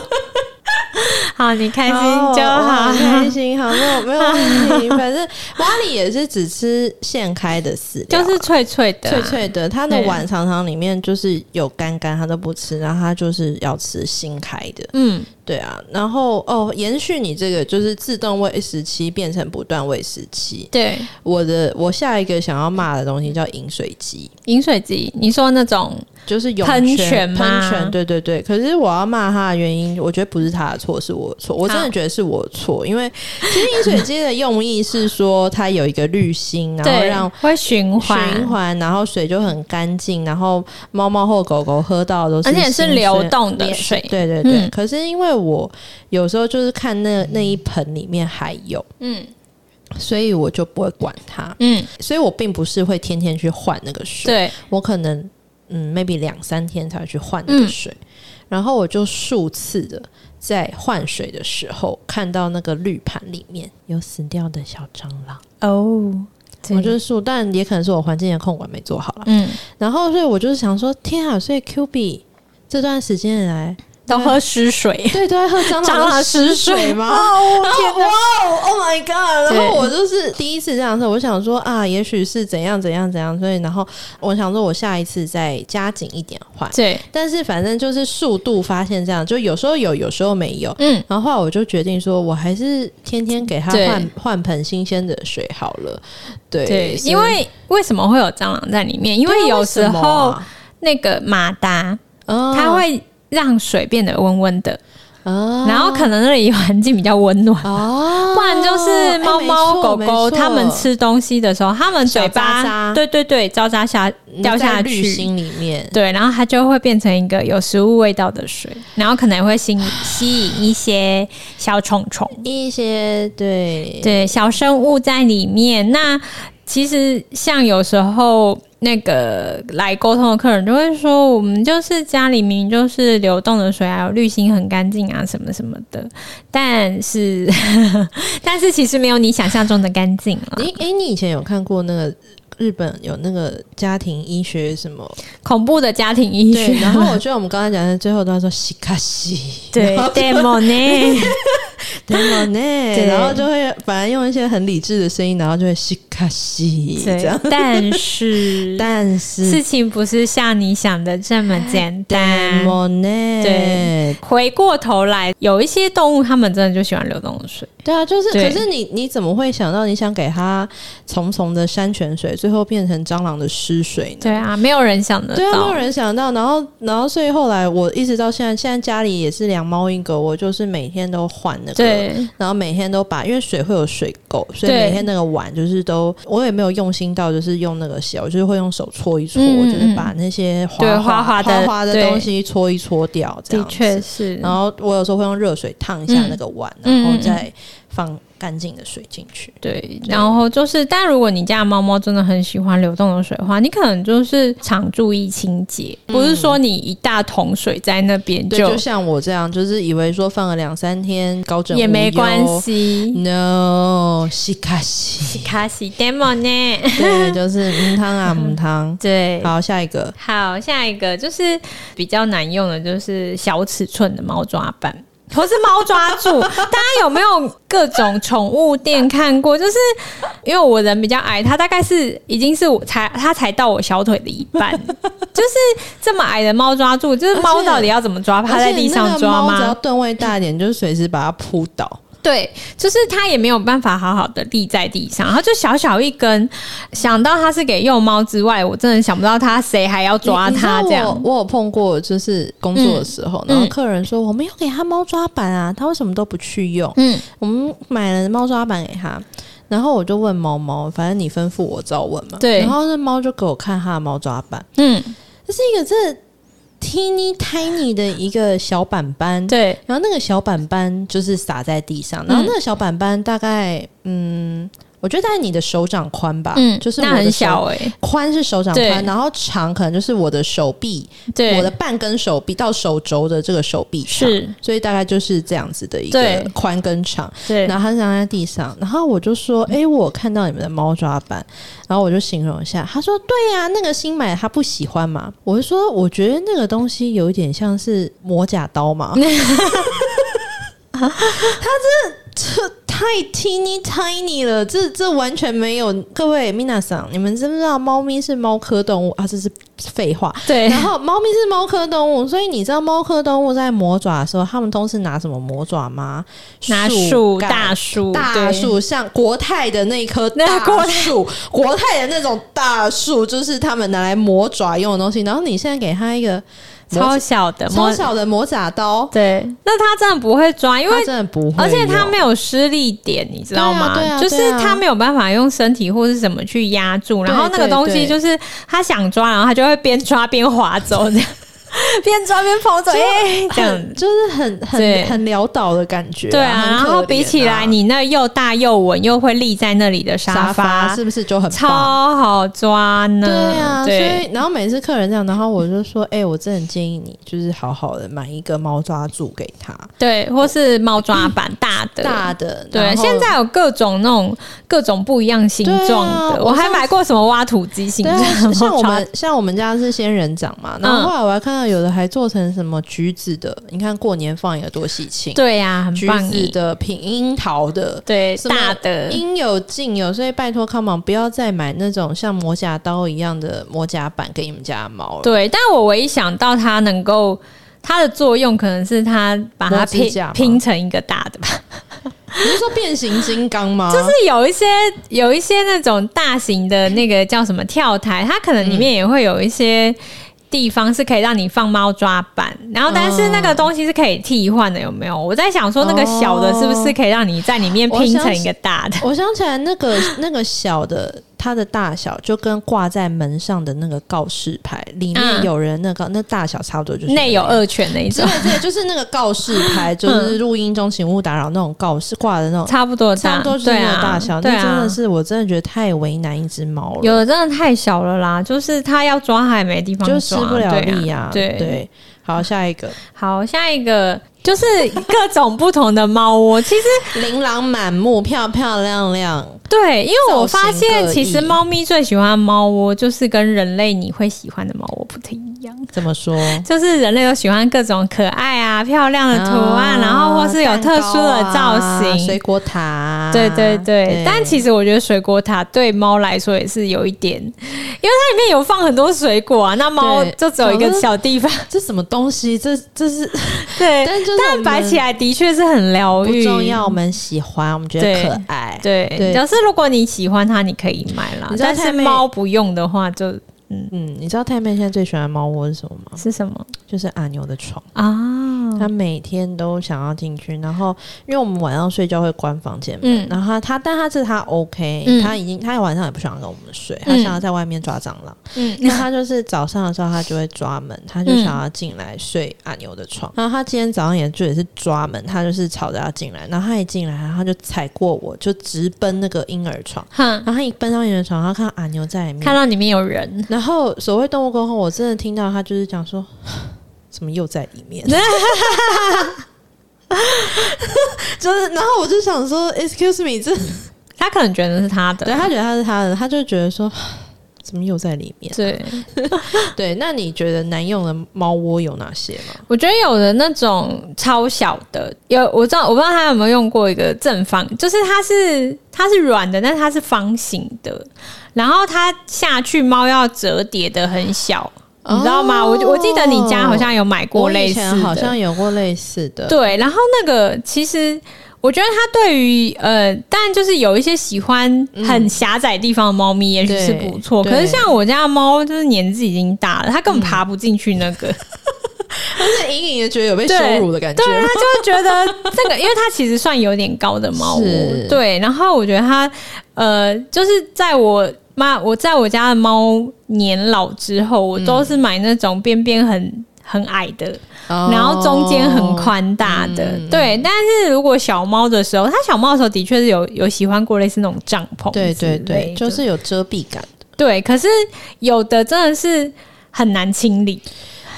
[SPEAKER 2] 好，你开心就
[SPEAKER 1] 哇
[SPEAKER 2] 好。
[SPEAKER 1] 开心好，没有没有问题。反正蛙里也是只吃现开的饲料
[SPEAKER 2] 就
[SPEAKER 1] 啊，
[SPEAKER 2] 是脆脆的啊、
[SPEAKER 1] 脆脆的。它的
[SPEAKER 2] 对
[SPEAKER 1] 碗常常里面就是有干干，它都不吃，然后它就是要吃新开的。
[SPEAKER 2] 嗯，
[SPEAKER 1] 对啊，然后哦，延续你这个就是自动喂食期变成不断喂食期。
[SPEAKER 2] 对，
[SPEAKER 1] 我的我下一个想要骂的东西叫饮水机，
[SPEAKER 2] 饮水机，你说那种
[SPEAKER 1] 就是涌
[SPEAKER 2] 喷泉
[SPEAKER 1] 泉
[SPEAKER 2] 吗
[SPEAKER 1] 喷泉，对对对。可是我要骂他的原因，我觉得不是他的错，是我的错。我真
[SPEAKER 2] 好
[SPEAKER 1] 的觉得是我的错，因为其实饮水机的用意是说它有一个滤芯，然后
[SPEAKER 2] 对
[SPEAKER 1] 让。
[SPEAKER 2] 会循环，
[SPEAKER 1] 循环，然后水就很干净，然后猫猫或狗狗喝到的都是
[SPEAKER 2] 而且
[SPEAKER 1] 新
[SPEAKER 2] 是
[SPEAKER 1] 鲜，
[SPEAKER 2] 流动的
[SPEAKER 1] 也
[SPEAKER 2] 水
[SPEAKER 1] 对对对，
[SPEAKER 2] 嗯
[SPEAKER 1] 可是因为我有时候就是看那那一盆里面还有，
[SPEAKER 2] 嗯
[SPEAKER 1] 所以我就不会管它，
[SPEAKER 2] 嗯，
[SPEAKER 1] 所以我并不是会天天去换那个水。
[SPEAKER 2] 对，
[SPEAKER 1] 我可能嗯，maybe 两三天才会去换那个水，然后我就数次的在换水的时候看到那个滤盘里面有死掉的小蟑螂，
[SPEAKER 2] 哦，
[SPEAKER 1] 我就是数，但也可能是我环境的控管没做好 了。
[SPEAKER 2] 嗯，
[SPEAKER 1] 然后所以我就是想说，天啊！所以 Q B 这段时间以来，
[SPEAKER 2] 都喝湿水，
[SPEAKER 1] 对，都在喝蟑
[SPEAKER 2] 蟑
[SPEAKER 1] 螂
[SPEAKER 2] 螂
[SPEAKER 1] 的
[SPEAKER 2] 湿
[SPEAKER 1] 湿
[SPEAKER 2] 水
[SPEAKER 1] 水
[SPEAKER 2] 吗
[SPEAKER 1] 吗？ 哦天哪！哇哦，Oh my god！然
[SPEAKER 2] 对
[SPEAKER 1] 后我就是第一次这样的时候，我想说啊，也许是怎样怎样怎样，所以然后我想说，我下一次再加紧一点换。
[SPEAKER 2] 对，
[SPEAKER 1] 但是反正就是速度发现这样，就有时候有，有时候没有。
[SPEAKER 2] 嗯，
[SPEAKER 1] 然后后来我就决定说，我还是天天给它
[SPEAKER 2] 对
[SPEAKER 1] 换换盆新鲜的水好了。对，
[SPEAKER 2] 对，
[SPEAKER 1] 所以
[SPEAKER 2] 因为为什么会有蟑螂在里面？因为有时
[SPEAKER 1] 对啊
[SPEAKER 2] 候那个马达
[SPEAKER 1] 为什么啊
[SPEAKER 2] 它会让水变得温温的，
[SPEAKER 1] 嗯哦
[SPEAKER 2] 然后可能那里环境比较温暖。
[SPEAKER 1] 哦，
[SPEAKER 2] 不然就是
[SPEAKER 1] 哎
[SPEAKER 2] 猫猫狗狗，它
[SPEAKER 1] 它
[SPEAKER 2] 们吃东西的时候，它们嘴
[SPEAKER 1] 小渣
[SPEAKER 2] 巴
[SPEAKER 1] 渣
[SPEAKER 2] 对对对，渣渣下掉下
[SPEAKER 1] 滤
[SPEAKER 2] 去，
[SPEAKER 1] 芯里面，
[SPEAKER 2] 对，然后它就会变成一个有食物味道的水，然后可能会吸引吸引一些小虫虫，
[SPEAKER 1] 一些对
[SPEAKER 2] 对，小生物在里面。那其实像有时候那个来沟通的客人就会说，我们就是家里明明就是流动的水啊，有滤芯很干净啊，什么什么的，但是 但是其实没有你想象中的干净 啊了。
[SPEAKER 1] 你哎、你以前有看过那个日本有那个家庭医学什么？
[SPEAKER 2] 恐怖的家庭医
[SPEAKER 1] 对，
[SPEAKER 2] 学，
[SPEAKER 1] 然后我觉得我们刚才讲的最后都在说西卡西，
[SPEAKER 2] 对
[SPEAKER 1] 然后
[SPEAKER 2] demo 呢，
[SPEAKER 1] 对吗？呢，然后就会反而用一些很理智的声音，然后就会西卡西 这
[SPEAKER 2] 对
[SPEAKER 1] 样，。
[SPEAKER 2] 但 是
[SPEAKER 1] 但是
[SPEAKER 2] 事情不是像你想的这么简 单。
[SPEAKER 1] demo 呢？
[SPEAKER 2] 对回过头来，有一些动物它们真的就喜欢流动的水。
[SPEAKER 1] 对啊，就是
[SPEAKER 2] 对
[SPEAKER 1] 可是你你怎么会想到你想给它重重的山泉水，最后变成蟑螂的湿水呢？
[SPEAKER 2] 对啊，没有人想得
[SPEAKER 1] 对啊，没有
[SPEAKER 2] 到。
[SPEAKER 1] 人想到，然后，然后，所以后来我一直到现在，现在家里也是养猫一狗，我就是每天都换那个，
[SPEAKER 2] 对
[SPEAKER 1] 然后每天都把，因为水会有水垢，所以
[SPEAKER 2] 对
[SPEAKER 1] 每天那个碗就是都，我也没有用心到，就是用那个洗，我就是会用手搓一搓，
[SPEAKER 2] 嗯
[SPEAKER 1] 就是把那些花
[SPEAKER 2] 对
[SPEAKER 1] 花
[SPEAKER 2] 花花的
[SPEAKER 1] 花的
[SPEAKER 2] 对
[SPEAKER 1] 东西搓一搓掉，这
[SPEAKER 2] 的
[SPEAKER 1] 样子
[SPEAKER 2] 确是。
[SPEAKER 1] 然后我有时候会用热水烫一下那个碗，然
[SPEAKER 2] 嗯嗯
[SPEAKER 1] 后
[SPEAKER 2] 嗯
[SPEAKER 1] 再放干净的水进去。
[SPEAKER 2] 对，然后就是，但如果你家的猫猫真的很喜欢流动的水的话，你可能就是常注意清洁，不是说你一大桶水在那边
[SPEAKER 1] 嗯对，就像我这样，就是以为说放了两三天高枕
[SPEAKER 2] 也没
[SPEAKER 1] 无忧
[SPEAKER 2] 关。系。
[SPEAKER 1] No，西 卡 西，
[SPEAKER 2] 卡西 demo 呢？
[SPEAKER 1] 对，就是嗯汤 啊母汤。
[SPEAKER 2] 对，
[SPEAKER 1] 好，下一个
[SPEAKER 2] 好，下一个就是比较难用的，就是小尺寸的猫抓板。或是猫抓住，大家有没有各种宠物店看过？就是因为我人比较矮，它大概是已经是我才它才到我小腿的一半，就是这么矮的猫抓住，就是猫
[SPEAKER 1] 而且
[SPEAKER 2] 到底要怎么抓？趴在地
[SPEAKER 1] 而且那
[SPEAKER 2] 上
[SPEAKER 1] 个
[SPEAKER 2] 抓
[SPEAKER 1] 猫只要
[SPEAKER 2] 吗？
[SPEAKER 1] 吨位大一 点，就是随时把它扑倒。
[SPEAKER 2] 对，就是它也没有办法好好的立在地上，它就小小一根。想到它是给幼猫之外，我真的想不到它谁还要抓
[SPEAKER 1] 你你知道
[SPEAKER 2] 它这样。
[SPEAKER 1] 我我有碰过，就是工作的时候，
[SPEAKER 2] 嗯
[SPEAKER 1] 然后客人说我们要给他猫抓板啊，他为什么都不去用？
[SPEAKER 2] 嗯，
[SPEAKER 1] 我们买了猫抓板给他，然后我就问猫猫，反正你吩咐我照问嘛。
[SPEAKER 2] 对
[SPEAKER 1] 然后那猫就给我看它的猫抓板，
[SPEAKER 2] 嗯，
[SPEAKER 1] 这是一个这 teeny tiny 的一个小板板。
[SPEAKER 2] 对，
[SPEAKER 1] 然后那个小板板就是撒在地上，
[SPEAKER 2] 嗯
[SPEAKER 1] 然后那个小板板大概嗯，我觉得大概你的手掌宽吧，
[SPEAKER 2] 嗯，
[SPEAKER 1] 就是
[SPEAKER 2] 那
[SPEAKER 1] 我的
[SPEAKER 2] 很
[SPEAKER 1] 手
[SPEAKER 2] 小哎、
[SPEAKER 1] 宽是手掌
[SPEAKER 2] 对
[SPEAKER 1] 宽，然后长可能就是我的手臂，
[SPEAKER 2] 对，
[SPEAKER 1] 我的半根手臂到手肘的这个手臂长，
[SPEAKER 2] 是，
[SPEAKER 1] 所以大概就是这样子的一个
[SPEAKER 2] 对
[SPEAKER 1] 宽跟长。
[SPEAKER 2] 对，
[SPEAKER 1] 然后他躺在地上，然后我就说：“诶，我看到你们的猫抓板。”然后我就形容一下，他说：“对呀、那个新买的他不喜欢嘛。”我就说：“我觉得那个东西有一点像是磨甲刀嘛。” 他这这太 teeny tiny 了，这这完全没有。各位 mina 桑，你们知不知道猫咪是猫科动物啊？这是废话。
[SPEAKER 2] 对
[SPEAKER 1] 然，后猫咪是猫科动物，所以你知道猫科动物在磨爪的时候，它们都是拿什么磨爪吗？
[SPEAKER 2] 拿树
[SPEAKER 1] 干
[SPEAKER 2] 大树
[SPEAKER 1] 大
[SPEAKER 2] 对
[SPEAKER 1] 树，像国泰的那一棵
[SPEAKER 2] 那
[SPEAKER 1] 大
[SPEAKER 2] 国泰
[SPEAKER 1] 树，国泰的那种大树，就是他们拿来磨爪用的东西。然后你现在给它一个磨
[SPEAKER 2] 超小的，
[SPEAKER 1] 超
[SPEAKER 2] 摸
[SPEAKER 1] 小的磨爪刀，
[SPEAKER 2] 对，那它真的不会抓，因为
[SPEAKER 1] 它真的不会，
[SPEAKER 2] 而且它没。有施力点，你知道吗？
[SPEAKER 1] 对啊对啊
[SPEAKER 2] 就是
[SPEAKER 1] 对啊
[SPEAKER 2] 它没有办法用身体或是什么去压住，然后那个
[SPEAKER 1] 对对
[SPEAKER 2] 东西就是它想抓，然后它就会边抓边滑走这样。边抓边跑走，哎、这样
[SPEAKER 1] 很就是很
[SPEAKER 2] 对
[SPEAKER 1] 很很潦倒的感觉、
[SPEAKER 2] 对
[SPEAKER 1] 很
[SPEAKER 2] 啊。然
[SPEAKER 1] 可
[SPEAKER 2] 后
[SPEAKER 1] 怜
[SPEAKER 2] 比起
[SPEAKER 1] 啊
[SPEAKER 2] 来，你那又大又稳又会立在那里的
[SPEAKER 1] 沙
[SPEAKER 2] 发，
[SPEAKER 1] 是不是就很棒？
[SPEAKER 2] 超好抓呢。
[SPEAKER 1] 对啊，所
[SPEAKER 2] 对
[SPEAKER 1] 以然后每次客人这样，然后我就说，哎、我真的建议你就是好好的买一个猫抓住给他，
[SPEAKER 2] 对，或是猫抓板大的。
[SPEAKER 1] 大的。
[SPEAKER 2] 对，
[SPEAKER 1] 然后
[SPEAKER 2] 现在有各种那种各种不一样形状
[SPEAKER 1] 对啊
[SPEAKER 2] 的，
[SPEAKER 1] 我
[SPEAKER 2] 我还
[SPEAKER 1] 上
[SPEAKER 2] 买过什么挖土机形
[SPEAKER 1] 对
[SPEAKER 2] 状
[SPEAKER 1] 啊，
[SPEAKER 2] 的猫抓，嗯
[SPEAKER 1] 像我们像我们家是仙人掌嘛，然后后来我还看到有的还做成什么橘子的，你看过年放一个多喜庆，
[SPEAKER 2] 对呀、很
[SPEAKER 1] 橘
[SPEAKER 2] 棒
[SPEAKER 1] 子
[SPEAKER 2] 耶，
[SPEAKER 1] 的、品樱桃的。
[SPEAKER 2] 对
[SPEAKER 1] 什么
[SPEAKER 2] 大的，
[SPEAKER 1] 应有尽有，所以拜托康芒不要再买那种像磨甲刀一样的磨甲板给你们家的猫了。
[SPEAKER 2] 对。但我唯一想到它能够它的作用，可能是它把它
[SPEAKER 1] 磨指
[SPEAKER 2] 拼
[SPEAKER 1] 甲吗
[SPEAKER 2] 拼成一个大的吧，
[SPEAKER 1] 你是说变形金刚吗？
[SPEAKER 2] 就是有一些有一些那种大型的那个叫什么跳台，它可能里面也会有一些。地方是可以让你放猫抓板，然后但是那个东西是可以替换的，有没有？我在想说那个小的是不是可以让你在里面拼成一个大的？
[SPEAKER 1] 我想起来那个那个小的，它的大小就跟挂在门上的那个告示牌里面
[SPEAKER 2] 嗯
[SPEAKER 1] 有人那个、那大小差不多就是
[SPEAKER 2] 内有
[SPEAKER 1] 那样。
[SPEAKER 2] 二犬那一
[SPEAKER 1] 之
[SPEAKER 2] 种
[SPEAKER 1] 类，之类，就是那个告示牌，就是录音中请勿打扰那种告示挂的那种，
[SPEAKER 2] 差不多
[SPEAKER 1] 差
[SPEAKER 2] 大，
[SPEAKER 1] 不多就是
[SPEAKER 2] 对
[SPEAKER 1] 那
[SPEAKER 2] 啊，
[SPEAKER 1] 个大小。
[SPEAKER 2] 嗯对
[SPEAKER 1] 那真
[SPEAKER 2] 啊
[SPEAKER 1] 的。是我真的觉得太为难一只猫了，
[SPEAKER 2] 有的真的太小了啦，就是它要抓还没地方抓，
[SPEAKER 1] 就吃不了力
[SPEAKER 2] 对
[SPEAKER 1] 呀
[SPEAKER 2] 啊。。对，
[SPEAKER 1] 对，好，下一个
[SPEAKER 2] 好，下一个就是各种不同的猫窝。其实
[SPEAKER 1] 琳琅满目，漂漂亮亮。
[SPEAKER 2] 对，因为我发
[SPEAKER 1] 造型
[SPEAKER 2] 现
[SPEAKER 1] 各异
[SPEAKER 2] 其实猫咪最喜欢的猫窝，就是跟人类你会喜欢的猫窝不太一样。
[SPEAKER 1] 怎么说？
[SPEAKER 2] 就是人类都喜欢各种可爱啊、漂亮的图案，
[SPEAKER 1] 啊
[SPEAKER 2] 然后或是有特殊的造
[SPEAKER 1] 蛋糕啊
[SPEAKER 2] 型。
[SPEAKER 1] 水果塔啊。
[SPEAKER 2] 对对对，但其实我觉得水果塔对猫来说也是有一点，因为它里面有放很多水果啊，那猫
[SPEAKER 1] 对
[SPEAKER 2] 就只有一个小地方。
[SPEAKER 1] 这什么东西？这这 是
[SPEAKER 2] 对，
[SPEAKER 1] 但就是我
[SPEAKER 2] 但
[SPEAKER 1] 们
[SPEAKER 2] 摆起来的确是很疗
[SPEAKER 1] 不
[SPEAKER 2] 愈。
[SPEAKER 1] 重要，我们喜欢，我们觉得
[SPEAKER 2] 对
[SPEAKER 1] 可爱。
[SPEAKER 2] 对，
[SPEAKER 1] 对
[SPEAKER 2] 但是如果你喜欢它，你可以买啦
[SPEAKER 1] 你。知道
[SPEAKER 2] 但
[SPEAKER 1] 太
[SPEAKER 2] 是
[SPEAKER 1] 妹
[SPEAKER 2] 猫不用的话就，
[SPEAKER 1] 嗯，你知道太妹现在最喜欢的猫窝是什么吗？
[SPEAKER 2] 是什么
[SPEAKER 1] 就是阿牛的床，
[SPEAKER 2] 啊？
[SPEAKER 1] 她每天都想要进去。然后，因为我们晚上睡觉会关房间门，
[SPEAKER 2] 嗯
[SPEAKER 1] 然后她她，但她这她 OK，、
[SPEAKER 2] 嗯
[SPEAKER 1] 她已经她晚上也不想跟我们睡，她
[SPEAKER 2] 嗯
[SPEAKER 1] 想要在外面抓蟑螂。
[SPEAKER 2] 嗯
[SPEAKER 1] 那他就是早上的时候，他就会抓门，他就想要进来睡阿牛的床。然后他今天早上也就也是抓门，他就是吵着要进来。然后他一进来，然后他就踩过我，就直奔那个婴儿床。
[SPEAKER 2] 哼，
[SPEAKER 1] 然后他一奔到婴儿床，他看到阿牛在里
[SPEAKER 2] 看
[SPEAKER 1] 面。
[SPEAKER 2] 到里面有人，
[SPEAKER 1] 然后所谓动物沟通，我真的听到他就是讲说，怎么又在里 面？ 就是，然后我就想说，excuse me，这
[SPEAKER 2] 它可能觉得是它
[SPEAKER 1] 对
[SPEAKER 2] 的。
[SPEAKER 1] 他觉得他是他的，他就觉得说，怎么又在里面？
[SPEAKER 2] 对，
[SPEAKER 1] 对，那你觉得难用的猫窝有哪些吗？
[SPEAKER 2] 我觉得有的那种超小的，有我知道，我不知道他有没有用过一个正方，就是它是它是软的，但是它是方形的，然后它下去猫要折叠的很小，你知道吗？
[SPEAKER 1] 哦
[SPEAKER 2] 我我记得你家好像有买过
[SPEAKER 1] 我
[SPEAKER 2] 类
[SPEAKER 1] 以
[SPEAKER 2] 似
[SPEAKER 1] 前
[SPEAKER 2] 的，
[SPEAKER 1] 好像有过类似的，
[SPEAKER 2] 对，然后那个其实。我觉得它对于呃，当然就是有一些喜欢很狭窄地方的猫咪，也许是不错。
[SPEAKER 1] 对
[SPEAKER 2] 可
[SPEAKER 1] 对
[SPEAKER 2] 是像我家的猫，就是年纪已经大了，它根本爬不进去那个。
[SPEAKER 1] 就是隐隐的觉得有被
[SPEAKER 2] 对
[SPEAKER 1] 嗯羞辱的感觉。
[SPEAKER 2] 对，他就觉得这个，因为它其实算有点高的猫
[SPEAKER 1] 是
[SPEAKER 2] 窝，对。然后我觉得它，呃，就是在我妈，我在我家的猫年老之后，
[SPEAKER 1] 嗯
[SPEAKER 2] 我都是买那种边边很。很矮的，
[SPEAKER 1] 哦嗯
[SPEAKER 2] 然后中间很，宽大的，对。但是如果小猫的时候，它小猫的时候的确是有有喜欢过类似那种帐篷之类
[SPEAKER 1] 对
[SPEAKER 2] 的，
[SPEAKER 1] 对对，就是有遮蔽感。
[SPEAKER 2] 对。可是有的真的是很难清理，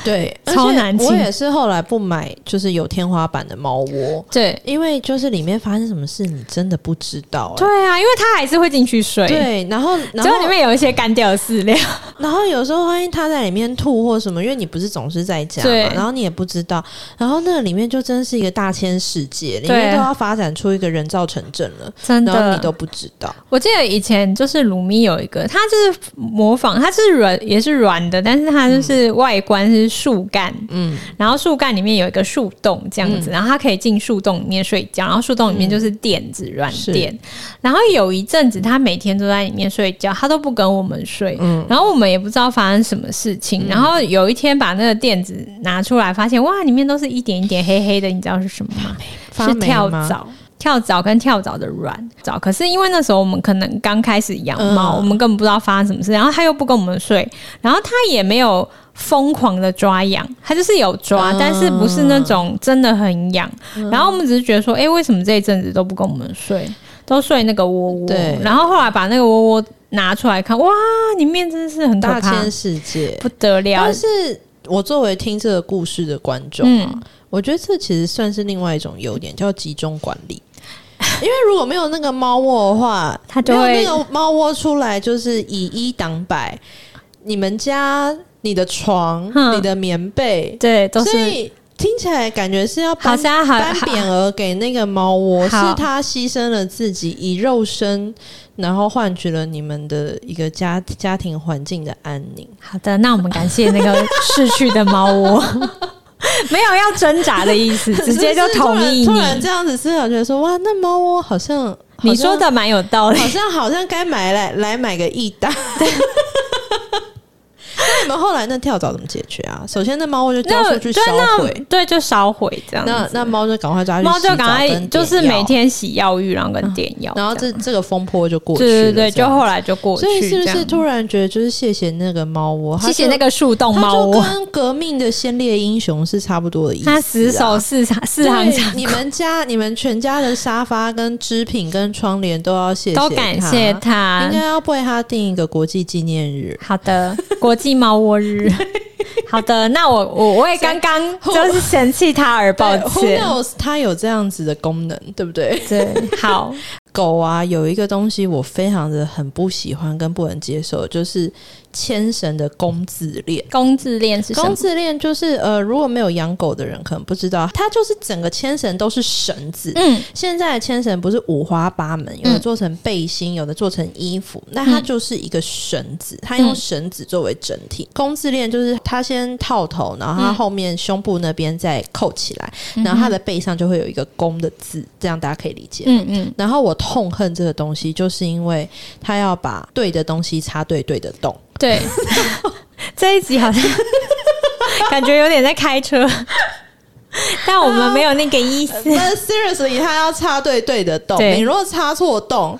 [SPEAKER 1] 对，
[SPEAKER 2] 超
[SPEAKER 1] 而且
[SPEAKER 2] 难
[SPEAKER 1] 我
[SPEAKER 2] 清
[SPEAKER 1] 也是后来不买，就是有天花板的猫窝，
[SPEAKER 2] 对
[SPEAKER 1] 因为就是里面发生什么事，你真的不知道、
[SPEAKER 2] 对
[SPEAKER 1] 欸。
[SPEAKER 2] 啊，因为它还是会进去睡，
[SPEAKER 1] 对，然后然
[SPEAKER 2] 结
[SPEAKER 1] 后
[SPEAKER 2] 果里面有一些干掉的 饲料，
[SPEAKER 1] 然后有时候万一它在里面吐或什么，因为你不是总是在家
[SPEAKER 2] 对
[SPEAKER 1] 嘛，然后你也不知道，然后那个里面就真是一个大千世界，里面都
[SPEAKER 2] 对
[SPEAKER 1] 要发展出一个人造城镇了，
[SPEAKER 2] 真
[SPEAKER 1] 然后你都
[SPEAKER 2] 的。
[SPEAKER 1] 不知道。
[SPEAKER 2] 我记得以前就是鲁咪有一个，它就是模仿，它是软也是软的，但是它就是外观是树干，
[SPEAKER 1] 嗯，
[SPEAKER 2] 然后树干里面有一个树洞这样子，然后它可以进树洞里面睡觉，然后树洞里面就是垫子
[SPEAKER 1] 嗯
[SPEAKER 2] 软
[SPEAKER 1] 是
[SPEAKER 2] 垫，然后有一阵子它每天都在里面睡觉，它都不跟我们睡，
[SPEAKER 1] 嗯
[SPEAKER 2] 然后我们也不知道发生什么事情，然后有一天把那个垫子拿出来，发现哇，里面都是一点一点黑黑的，你知道是什么吗？
[SPEAKER 1] 发
[SPEAKER 2] 是
[SPEAKER 1] 霉
[SPEAKER 2] 跳
[SPEAKER 1] 吗
[SPEAKER 2] 蚤。跳蚤跟跳蚤的卵蚤，可是因为那时候我们可能刚开始养猫，
[SPEAKER 1] 嗯
[SPEAKER 2] 我们根本不知道发生什么事，然后它又不跟我们睡，然后它也没有疯狂的抓痒，它就是有抓，
[SPEAKER 1] 嗯
[SPEAKER 2] 但是不是那种真的很痒。然后我们只是觉得说，哎、为什么这一阵子都不跟我们睡，都睡那个窝窝
[SPEAKER 1] 对？
[SPEAKER 2] 然后后来把那个窝窝拿出来看，哇，里面真是很可
[SPEAKER 1] 大
[SPEAKER 2] 怕，
[SPEAKER 1] 千世界。
[SPEAKER 2] 不得了
[SPEAKER 1] 但。是我作为听这个故事的观众啊，
[SPEAKER 2] 嗯，
[SPEAKER 1] 我觉得这其实算是另外一种优点，叫集中管理。因为如果没有那个猫窝的话，
[SPEAKER 2] 它就会
[SPEAKER 1] 没有那个猫窝出来，就是以一挡百。你们家、你的床、
[SPEAKER 2] 哼
[SPEAKER 1] 你的棉被，
[SPEAKER 2] 对，都
[SPEAKER 1] 所
[SPEAKER 2] 是
[SPEAKER 1] 以听起来感觉是要
[SPEAKER 2] 好
[SPEAKER 1] 搬
[SPEAKER 2] 像好
[SPEAKER 1] 颁匾额给那个猫窝，是
[SPEAKER 2] 好
[SPEAKER 1] 它牺牲了自己，以肉身，然后换取了你们的一个家家庭环境的安宁。
[SPEAKER 2] 好的，那我们感谢那个逝去的猫窝， 没有要挣扎的意思，直接就同意
[SPEAKER 1] 是不是突然突
[SPEAKER 2] 你。
[SPEAKER 1] 然这样子思考，觉得说哇，那猫窝好像
[SPEAKER 2] 你说。的 蛮有道理
[SPEAKER 1] 好像好像好像该买来来买个一打，那你们后来那跳蚤怎么解决啊？首先那猫窝就交
[SPEAKER 2] 那
[SPEAKER 1] 出去
[SPEAKER 2] 对
[SPEAKER 1] 烧
[SPEAKER 2] 那
[SPEAKER 1] 毁，
[SPEAKER 2] 对就烧毁这样子。
[SPEAKER 1] 那那猫就赶快抓去
[SPEAKER 2] 猫
[SPEAKER 1] 洗
[SPEAKER 2] 就
[SPEAKER 1] 澡
[SPEAKER 2] 赶快
[SPEAKER 1] 跟
[SPEAKER 2] 就是
[SPEAKER 1] 点药啊
[SPEAKER 2] 每，天洗药浴，然后跟点药样，
[SPEAKER 1] 然后这这个风波就过去了，
[SPEAKER 2] 对对对，
[SPEAKER 1] 这
[SPEAKER 2] 就
[SPEAKER 1] 样
[SPEAKER 2] 后来就过去
[SPEAKER 1] 所
[SPEAKER 2] 这样，
[SPEAKER 1] 以是不是突然觉得就是谢谢那个猫窝，它
[SPEAKER 2] 谢谢
[SPEAKER 1] 就
[SPEAKER 2] 那个树洞
[SPEAKER 1] 它
[SPEAKER 2] 猫
[SPEAKER 1] 就
[SPEAKER 2] 窝，
[SPEAKER 1] 跟革命的先烈英雄是差不多的意思、啊。
[SPEAKER 2] 它死守四行四行
[SPEAKER 1] 对，
[SPEAKER 2] 长
[SPEAKER 1] 你们家、你们全家的沙发、跟织品、跟窗帘都要谢谢
[SPEAKER 2] 都感谢
[SPEAKER 1] 他，
[SPEAKER 2] 它
[SPEAKER 1] 应。该要为他定一个国际纪念日。
[SPEAKER 2] 好的，国际猫 窝日。好的，那我我我也刚刚就是嫌弃它而抱
[SPEAKER 1] 对，Who
[SPEAKER 2] 歉。
[SPEAKER 1] knows？它有这样子的功能，对不对？
[SPEAKER 2] 对，好，
[SPEAKER 1] 狗啊，有一个东西我非常的很不喜欢跟不能接受，就是牵绳的公字链。
[SPEAKER 2] 公字链是什
[SPEAKER 1] 公
[SPEAKER 2] 么？
[SPEAKER 1] 字链就是呃，如果没有养狗的人可能不知道，它就是整个牵绳都是绳子。
[SPEAKER 2] 嗯，
[SPEAKER 1] 现在的牵绳不是五花八门，有的做成背心，有的做成衣服，那它就是一个绳
[SPEAKER 2] 嗯
[SPEAKER 1] 子，它用绳子作为整体。公字链就是它先套头，然后它后面胸部那边再扣起来，
[SPEAKER 2] 嗯
[SPEAKER 1] 然后它的背上就会有一个“公”的字，这样大家可以理解。
[SPEAKER 2] 嗯嗯，
[SPEAKER 1] 然后我痛恨这个东西，就是因为它要把对的东西插对对的 洞。
[SPEAKER 2] 对。这一集好像感觉有点在开车，但我们没有那个意思。
[SPEAKER 1] 那 seriously，它要插对对的洞，
[SPEAKER 2] 对
[SPEAKER 1] 你如果插错洞，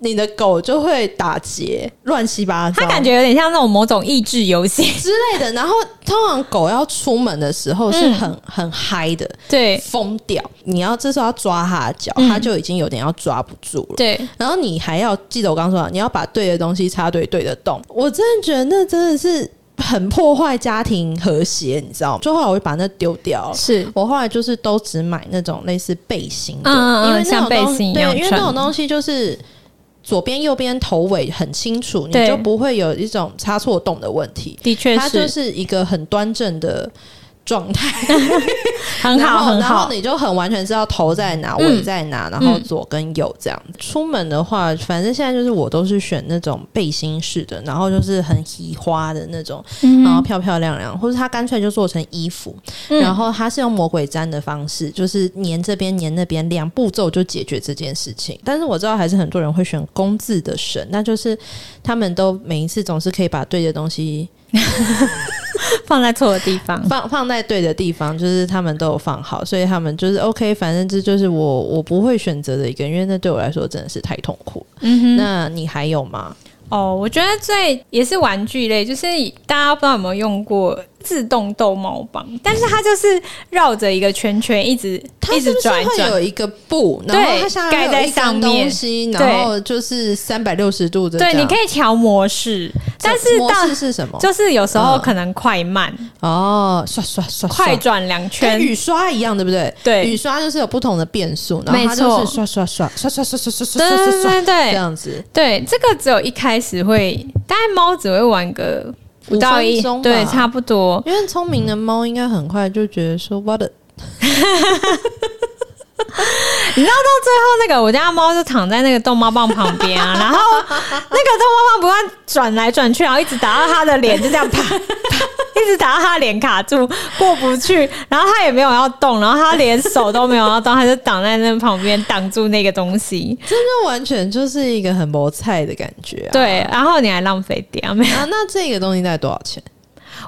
[SPEAKER 1] 你的狗就会打结，乱七八糟。
[SPEAKER 2] 它感觉有点像那种某种益智游戏。
[SPEAKER 1] 之类的。然后通常狗要出门的时候是很、很嗨的，
[SPEAKER 2] 嗯对嗯
[SPEAKER 1] 疯掉。你要这时候要抓它的脚，它就已经有点要抓不住了。
[SPEAKER 2] 对，
[SPEAKER 1] 然后你还要记得我刚刚说的，你要把对的东西插对对的洞。我真的觉得那真的是很破坏家庭和谐，你知道吗？就后来我就把那丢掉了。
[SPEAKER 2] 是
[SPEAKER 1] 我后来就是都只买那种类似背心的，
[SPEAKER 2] 嗯嗯嗯
[SPEAKER 1] 因为那
[SPEAKER 2] 像
[SPEAKER 1] 种
[SPEAKER 2] 背
[SPEAKER 1] 东西
[SPEAKER 2] 心一
[SPEAKER 1] 对
[SPEAKER 2] 样，
[SPEAKER 1] 因为那
[SPEAKER 2] 穿
[SPEAKER 1] 种东西就是左边右边头尾很清楚，你
[SPEAKER 2] 对
[SPEAKER 1] 就不会有一种插错洞的问题。
[SPEAKER 2] 的确
[SPEAKER 1] 它就是是一个很端正的状态，
[SPEAKER 2] 很
[SPEAKER 1] 然
[SPEAKER 2] 好
[SPEAKER 1] 后
[SPEAKER 2] 很
[SPEAKER 1] 然后
[SPEAKER 2] 好。
[SPEAKER 1] 你就很完全知道头在哪，
[SPEAKER 2] 嗯
[SPEAKER 1] 尾在哪，然后左跟右这样。出门的话，反正现在就是我都是选那种背心式的，然后就是很喜花的那种，然后漂漂亮亮，或者它干脆就做成衣服，
[SPEAKER 2] 嗯
[SPEAKER 1] 然后它是用魔鬼粘的方式，就是粘这边粘那边，两步骤就解决这件事情。但是我知道还是很多人会选工字的绳，那就是他们都每一次总是可以把对的东西
[SPEAKER 2] 放在错的地方。
[SPEAKER 1] 放放在对的地方，就是他们都有放好，所以他们就是 OK。反正这就是我我不会选择的一个，因为那对我来说真的是太痛苦了。
[SPEAKER 2] 嗯哼，
[SPEAKER 1] 那你还有吗？
[SPEAKER 2] 哦，我觉得最也是玩具类，就是大家不知道有没有用过自动逗猫棒，但是它就是绕着一个圈圈一直
[SPEAKER 1] 它
[SPEAKER 2] 一
[SPEAKER 1] 是
[SPEAKER 2] 直
[SPEAKER 1] 不是
[SPEAKER 2] 转
[SPEAKER 1] 会
[SPEAKER 2] 转。
[SPEAKER 1] 有一个布，然后
[SPEAKER 2] 对
[SPEAKER 1] 它下
[SPEAKER 2] 盖
[SPEAKER 1] 面
[SPEAKER 2] 在
[SPEAKER 1] 有一
[SPEAKER 2] 上
[SPEAKER 1] 根
[SPEAKER 2] 面
[SPEAKER 1] 东西，然后就是三百六十度的这
[SPEAKER 2] 对，
[SPEAKER 1] 样。
[SPEAKER 2] 你可
[SPEAKER 1] 以，
[SPEAKER 2] 以调模式，但是
[SPEAKER 1] 模
[SPEAKER 2] 到
[SPEAKER 1] 式是什么？
[SPEAKER 2] 就是有时候
[SPEAKER 1] 嗯
[SPEAKER 2] 可能快慢，
[SPEAKER 1] 哦，刷刷刷，
[SPEAKER 2] 快
[SPEAKER 1] 刷
[SPEAKER 2] 转两
[SPEAKER 1] 跟
[SPEAKER 2] 圈，
[SPEAKER 1] 雨刷一样，对不对？
[SPEAKER 2] 对
[SPEAKER 1] 嗯哎雨刷就是有不同的变数，然后它
[SPEAKER 2] 没错
[SPEAKER 1] 就是刷刷刷刷刷刷刷刷
[SPEAKER 2] 对
[SPEAKER 1] 刷刷
[SPEAKER 2] 对
[SPEAKER 1] 刷
[SPEAKER 2] 对
[SPEAKER 1] 这
[SPEAKER 2] 对
[SPEAKER 1] 样子。
[SPEAKER 2] 对，这个只有一开始会，大概猫只会玩个不到
[SPEAKER 1] 五
[SPEAKER 2] 一
[SPEAKER 1] 分钟吧
[SPEAKER 2] 对，差不多。
[SPEAKER 1] 因为聪明的猫应该很快就觉得说 what a
[SPEAKER 2] 那个我家猫就躺在那个逗猫棒旁边 啊，然后那个逗猫棒不断转来转去，然后一直打到它的脸，就这样啪，啪一直打到它的脸卡住过不去，然后它也没有要动，然后它连手都没有要动，它就挡在那旁边挡住那个 东西。
[SPEAKER 1] 真的完全就是一个很磨菜的感觉、啊。
[SPEAKER 2] 对，然后你还浪费掉没有？
[SPEAKER 1] 啊，那这个东西大概多少 钱？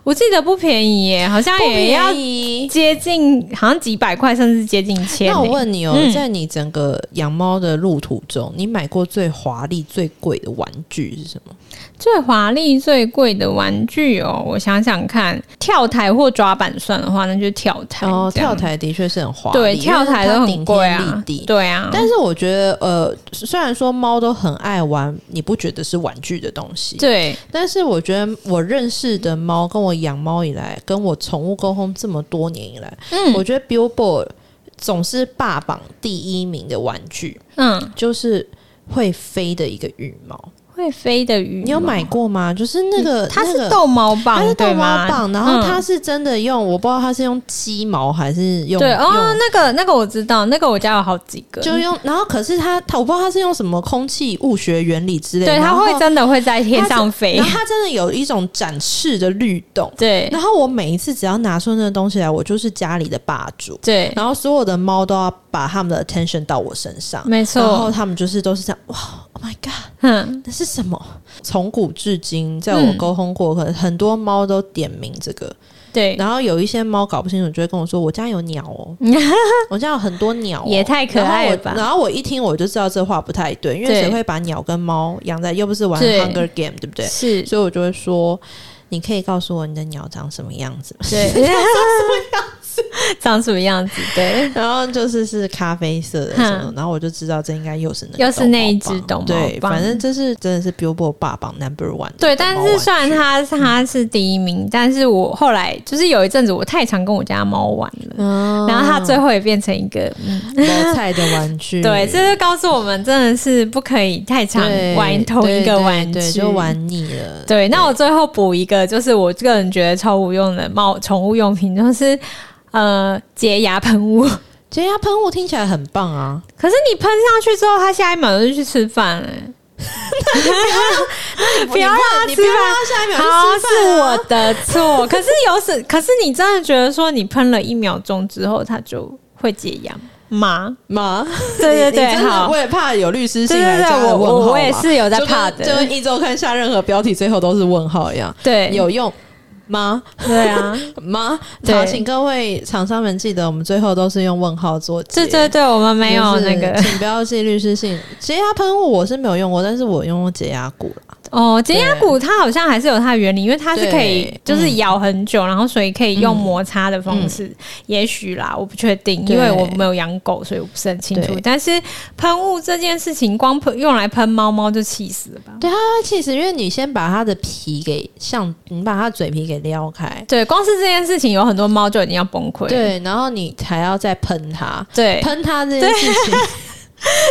[SPEAKER 2] 我记得不便宜耶，好像也要
[SPEAKER 1] 宜。
[SPEAKER 2] 接近，好像几百块，甚至接近千耶。
[SPEAKER 1] 那我问你哦，
[SPEAKER 2] 嗯
[SPEAKER 1] 在你整个养猫的路途中，你买过最华丽、最贵的玩具是什么？
[SPEAKER 2] 最华丽、最贵的玩具哦，我想想看，跳台或抓板算的话，那就跳台。
[SPEAKER 1] 哦，
[SPEAKER 2] 这样
[SPEAKER 1] 跳，台的确是很华丽，
[SPEAKER 2] 对，跳台都
[SPEAKER 1] 因为它
[SPEAKER 2] 很贵
[SPEAKER 1] 顶天
[SPEAKER 2] 啊
[SPEAKER 1] 立，地。
[SPEAKER 2] 对啊。
[SPEAKER 1] 但是我觉得，呃，虽然说猫都很爱玩，你不觉得是玩具的东西？
[SPEAKER 2] 对，
[SPEAKER 1] 但是我觉得我认识的猫，跟我养猫以来，跟我宠物沟通这么多年以来，
[SPEAKER 2] 嗯
[SPEAKER 1] 我觉得 Billboard 总是霸榜第一名的玩具
[SPEAKER 2] 嗯，
[SPEAKER 1] 就是会飞的一个羽毛。
[SPEAKER 2] 会飞的鱼，
[SPEAKER 1] 你有买过吗？就是那个
[SPEAKER 2] 嗯它
[SPEAKER 1] 那
[SPEAKER 2] 是
[SPEAKER 1] 个
[SPEAKER 2] 逗猫棒，
[SPEAKER 1] 它是
[SPEAKER 2] 对
[SPEAKER 1] 逗
[SPEAKER 2] 吗
[SPEAKER 1] 猫棒，然后
[SPEAKER 2] 嗯
[SPEAKER 1] 它是真的用，我不知道它是用鸡毛还是用
[SPEAKER 2] 对哦
[SPEAKER 1] 用，
[SPEAKER 2] 那个那个我知道，那个我家有好几个，
[SPEAKER 1] 就用，然后可是它它我不知道它是用什么空气物学原理之类的，
[SPEAKER 2] 对，它
[SPEAKER 1] 然后
[SPEAKER 2] 会真的会在天上飞
[SPEAKER 1] 然，后它真的有一种展翅的律动。
[SPEAKER 2] 对
[SPEAKER 1] 然后我每一次只要拿出那个东西来，我就是家里的霸主。
[SPEAKER 2] 对，
[SPEAKER 1] 然后所有的猫都要把它们的 attention 到我身上，
[SPEAKER 2] 没
[SPEAKER 1] 然后
[SPEAKER 2] 错，
[SPEAKER 1] 它们就是都是这样，哇，Oh my god，
[SPEAKER 2] 嗯，
[SPEAKER 1] 那是什么？从古至今，在我沟通过，可能很多猫都点名这个，
[SPEAKER 2] 对，
[SPEAKER 1] 然后有一些猫搞不清楚，就会跟我说：“我家有鸟哦，我家有很多鸟、哦。”
[SPEAKER 2] 也太可爱了吧
[SPEAKER 1] 然后我然后我一听我就知道这话不太对，因为
[SPEAKER 2] 对
[SPEAKER 1] 谁会把鸟跟猫养在？又不是玩
[SPEAKER 2] 对
[SPEAKER 1] Hunger Game，对不对？
[SPEAKER 2] 是，
[SPEAKER 1] 所以我就会说：“你可以告诉我你的鸟长什么样子吗
[SPEAKER 2] 对，长什么样子？对，
[SPEAKER 1] 然后就是是咖啡色的什么，然后我就知道这应该又是那个
[SPEAKER 2] 又是那一只
[SPEAKER 1] 逗猫棒
[SPEAKER 2] 逗猫
[SPEAKER 1] 对，
[SPEAKER 2] 棒
[SPEAKER 1] 反正这是真的是 Billboard 霸榜 Number One 的
[SPEAKER 2] 对，
[SPEAKER 1] 逗猫
[SPEAKER 2] 但
[SPEAKER 1] 玩
[SPEAKER 2] 是
[SPEAKER 1] 具
[SPEAKER 2] 虽然它它是第一名，但是我后来就是有一阵子我太常跟我家猫玩了，
[SPEAKER 1] 嗯
[SPEAKER 2] 然 后它最后也变成一个，嗯
[SPEAKER 1] 菠菜的玩具，
[SPEAKER 2] 对，这就告诉我们真的是不可以太常
[SPEAKER 1] 对
[SPEAKER 2] 玩同一
[SPEAKER 1] 对
[SPEAKER 2] 个
[SPEAKER 1] 对
[SPEAKER 2] 玩具，
[SPEAKER 1] 对就。玩腻了。
[SPEAKER 2] 对，那我最后补一个，就是我个人觉得超无用的猫宠物用品，就是呃洁牙喷雾。
[SPEAKER 1] 洁牙喷雾听起来很棒啊，
[SPEAKER 2] 可是你喷上去之后，它下一秒就去吃 饭了、不要
[SPEAKER 1] 你
[SPEAKER 2] 让它
[SPEAKER 1] 你
[SPEAKER 2] 吃
[SPEAKER 1] 不要让
[SPEAKER 2] 饭
[SPEAKER 1] 它下一秒
[SPEAKER 2] 啊好，
[SPEAKER 1] 去吃
[SPEAKER 2] 是
[SPEAKER 1] 饭啊啊
[SPEAKER 2] 我的错。可是有时，可是你真的觉得说，你喷了一秒钟之后，它就会解痒吗？
[SPEAKER 1] 吗？
[SPEAKER 2] 对对
[SPEAKER 1] 你你
[SPEAKER 2] 对，
[SPEAKER 1] 真的
[SPEAKER 2] 好
[SPEAKER 1] 我，也怕有律师
[SPEAKER 2] 对
[SPEAKER 1] 信来
[SPEAKER 2] 对
[SPEAKER 1] 加
[SPEAKER 2] 对，
[SPEAKER 1] 了
[SPEAKER 2] 我
[SPEAKER 1] 问号嘛
[SPEAKER 2] 我我也是有在
[SPEAKER 1] 就跟
[SPEAKER 2] 怕
[SPEAKER 1] 就
[SPEAKER 2] 的
[SPEAKER 1] 跟，一周看下任何标题最后都是问号一样，
[SPEAKER 2] 对，
[SPEAKER 1] 有用吗？
[SPEAKER 2] 对 啊，
[SPEAKER 1] 吗？
[SPEAKER 2] 对
[SPEAKER 1] 好，请各位厂商们记得，我们最后都是用问号做结。
[SPEAKER 2] 对对对，我们没有
[SPEAKER 1] 就是
[SPEAKER 2] 那个
[SPEAKER 1] 请不要寄律师信。洁牙喷雾我是没有用过，但是我用过洁牙骨啦。
[SPEAKER 2] 哦，洁牙骨它好像还是有它的原理，因为它是可以
[SPEAKER 1] 对嗯
[SPEAKER 2] 就是咬很久，然后所以可以用摩擦的方式，也许啦，我不确定，因为
[SPEAKER 1] 对
[SPEAKER 2] 我没有养狗，所以我不是很清楚
[SPEAKER 1] 对。
[SPEAKER 2] 但是喷雾这件事情，光喷用来喷猫猫就气死了吧？
[SPEAKER 1] 对它其实因为你先把它的皮给像你把它嘴皮给撩开，
[SPEAKER 2] 对，光是这件事情，有很多猫就已经要崩溃。
[SPEAKER 1] 对，然后你还要再喷它，
[SPEAKER 2] 对，
[SPEAKER 1] 喷它这件事情。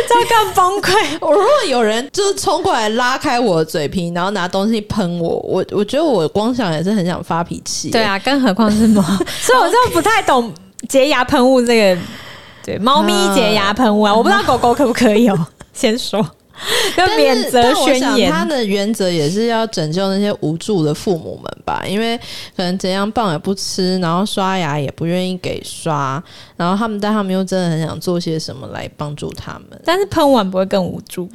[SPEAKER 2] 这更 崩溃。
[SPEAKER 1] 我如果有人就是冲过来拉开我的嘴皮，然后拿东西喷我，我我觉得我光想也是很想发脾气。
[SPEAKER 2] 对，啊，更何况是 猫，所以我就不太懂洁牙喷雾这个。对，猫咪
[SPEAKER 1] 嗯
[SPEAKER 2] 洁牙喷雾啊，我不知道狗狗可不可以 哦。先说，要
[SPEAKER 1] 但
[SPEAKER 2] 免
[SPEAKER 1] 是，
[SPEAKER 2] 责
[SPEAKER 1] 但我
[SPEAKER 2] 宣
[SPEAKER 1] 想
[SPEAKER 2] 言。
[SPEAKER 1] 他的原则也是要拯救那些无助的父母们吧，因为可能怎样棒也不吃，然后刷牙也不愿意给刷，然后他们但他们又真的很想做些什么来帮助他们，
[SPEAKER 2] 但是喷完不会更无助。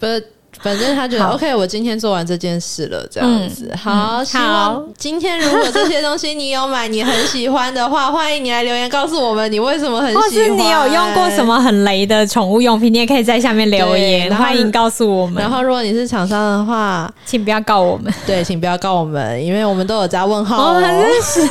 [SPEAKER 1] 不是。 反正他觉得
[SPEAKER 2] 好嗯
[SPEAKER 1] OK，我今天做完这件事了，这样子、好。希
[SPEAKER 2] 好
[SPEAKER 1] 望今天如果这些东西你有买，你很喜欢的话，欢迎你来留言告诉我们你为什么很喜欢，
[SPEAKER 2] 或是你有用过什么很雷的宠物用品，你也可以在下面留
[SPEAKER 1] 对
[SPEAKER 2] 言，
[SPEAKER 1] 然后
[SPEAKER 2] 欢迎告诉我们
[SPEAKER 1] 然。后如果你是厂商的话，
[SPEAKER 2] 请不要告我们，
[SPEAKER 1] 对，请不要告我们，因为我们都有加问号、哦。
[SPEAKER 2] 我们是使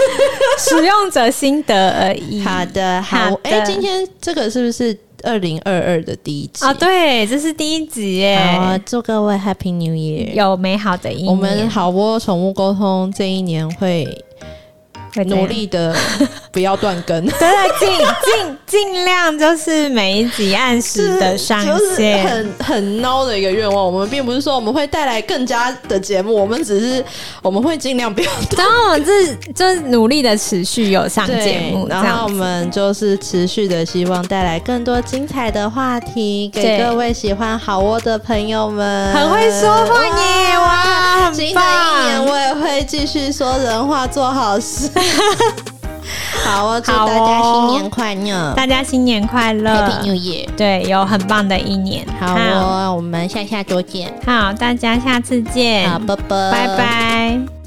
[SPEAKER 2] 使用者心得而已。
[SPEAKER 1] 好的，好
[SPEAKER 2] 嗯好的，
[SPEAKER 1] 哎、今天这个是不是二零二二的第一集
[SPEAKER 2] 啊，，对，这是第一集
[SPEAKER 1] 好啊
[SPEAKER 2] 耶，
[SPEAKER 1] 祝各位 Happy New Year！
[SPEAKER 2] 有美好的一年，
[SPEAKER 1] 我们好窝宠物沟通这一年会
[SPEAKER 2] 会这样
[SPEAKER 1] 努，力的不要断 更，
[SPEAKER 2] 真的尽尽尽量就是每一集按时的上
[SPEAKER 1] 就是
[SPEAKER 2] 线。
[SPEAKER 1] 很很孬的一个愿望。我们并不是说我们会带来更加的节目，我们只是我们会尽量不要
[SPEAKER 2] 然后我们这就是努力的持续有上节
[SPEAKER 1] 对，
[SPEAKER 2] 目，这
[SPEAKER 1] 然后
[SPEAKER 2] 样
[SPEAKER 1] 我
[SPEAKER 2] 子
[SPEAKER 1] 们就是持续的希望带来更多精彩的话题给
[SPEAKER 2] 对
[SPEAKER 1] 各位喜欢好窝的朋友们。
[SPEAKER 2] 很会说话耶，哇，很
[SPEAKER 1] 新的一年
[SPEAKER 2] 棒！
[SPEAKER 1] 我也会继续说人话，做好 事。好哦，祝
[SPEAKER 2] 好
[SPEAKER 1] 大家新
[SPEAKER 2] 哦
[SPEAKER 1] 年快乐
[SPEAKER 2] 大家新年快
[SPEAKER 1] ，Happy
[SPEAKER 2] 乐
[SPEAKER 1] New！Year！
[SPEAKER 2] 对，有很棒的一年。
[SPEAKER 1] 好哦哦，我们下下周见。
[SPEAKER 2] 好，大家下次见
[SPEAKER 1] 好，，啵啵，
[SPEAKER 2] 拜拜。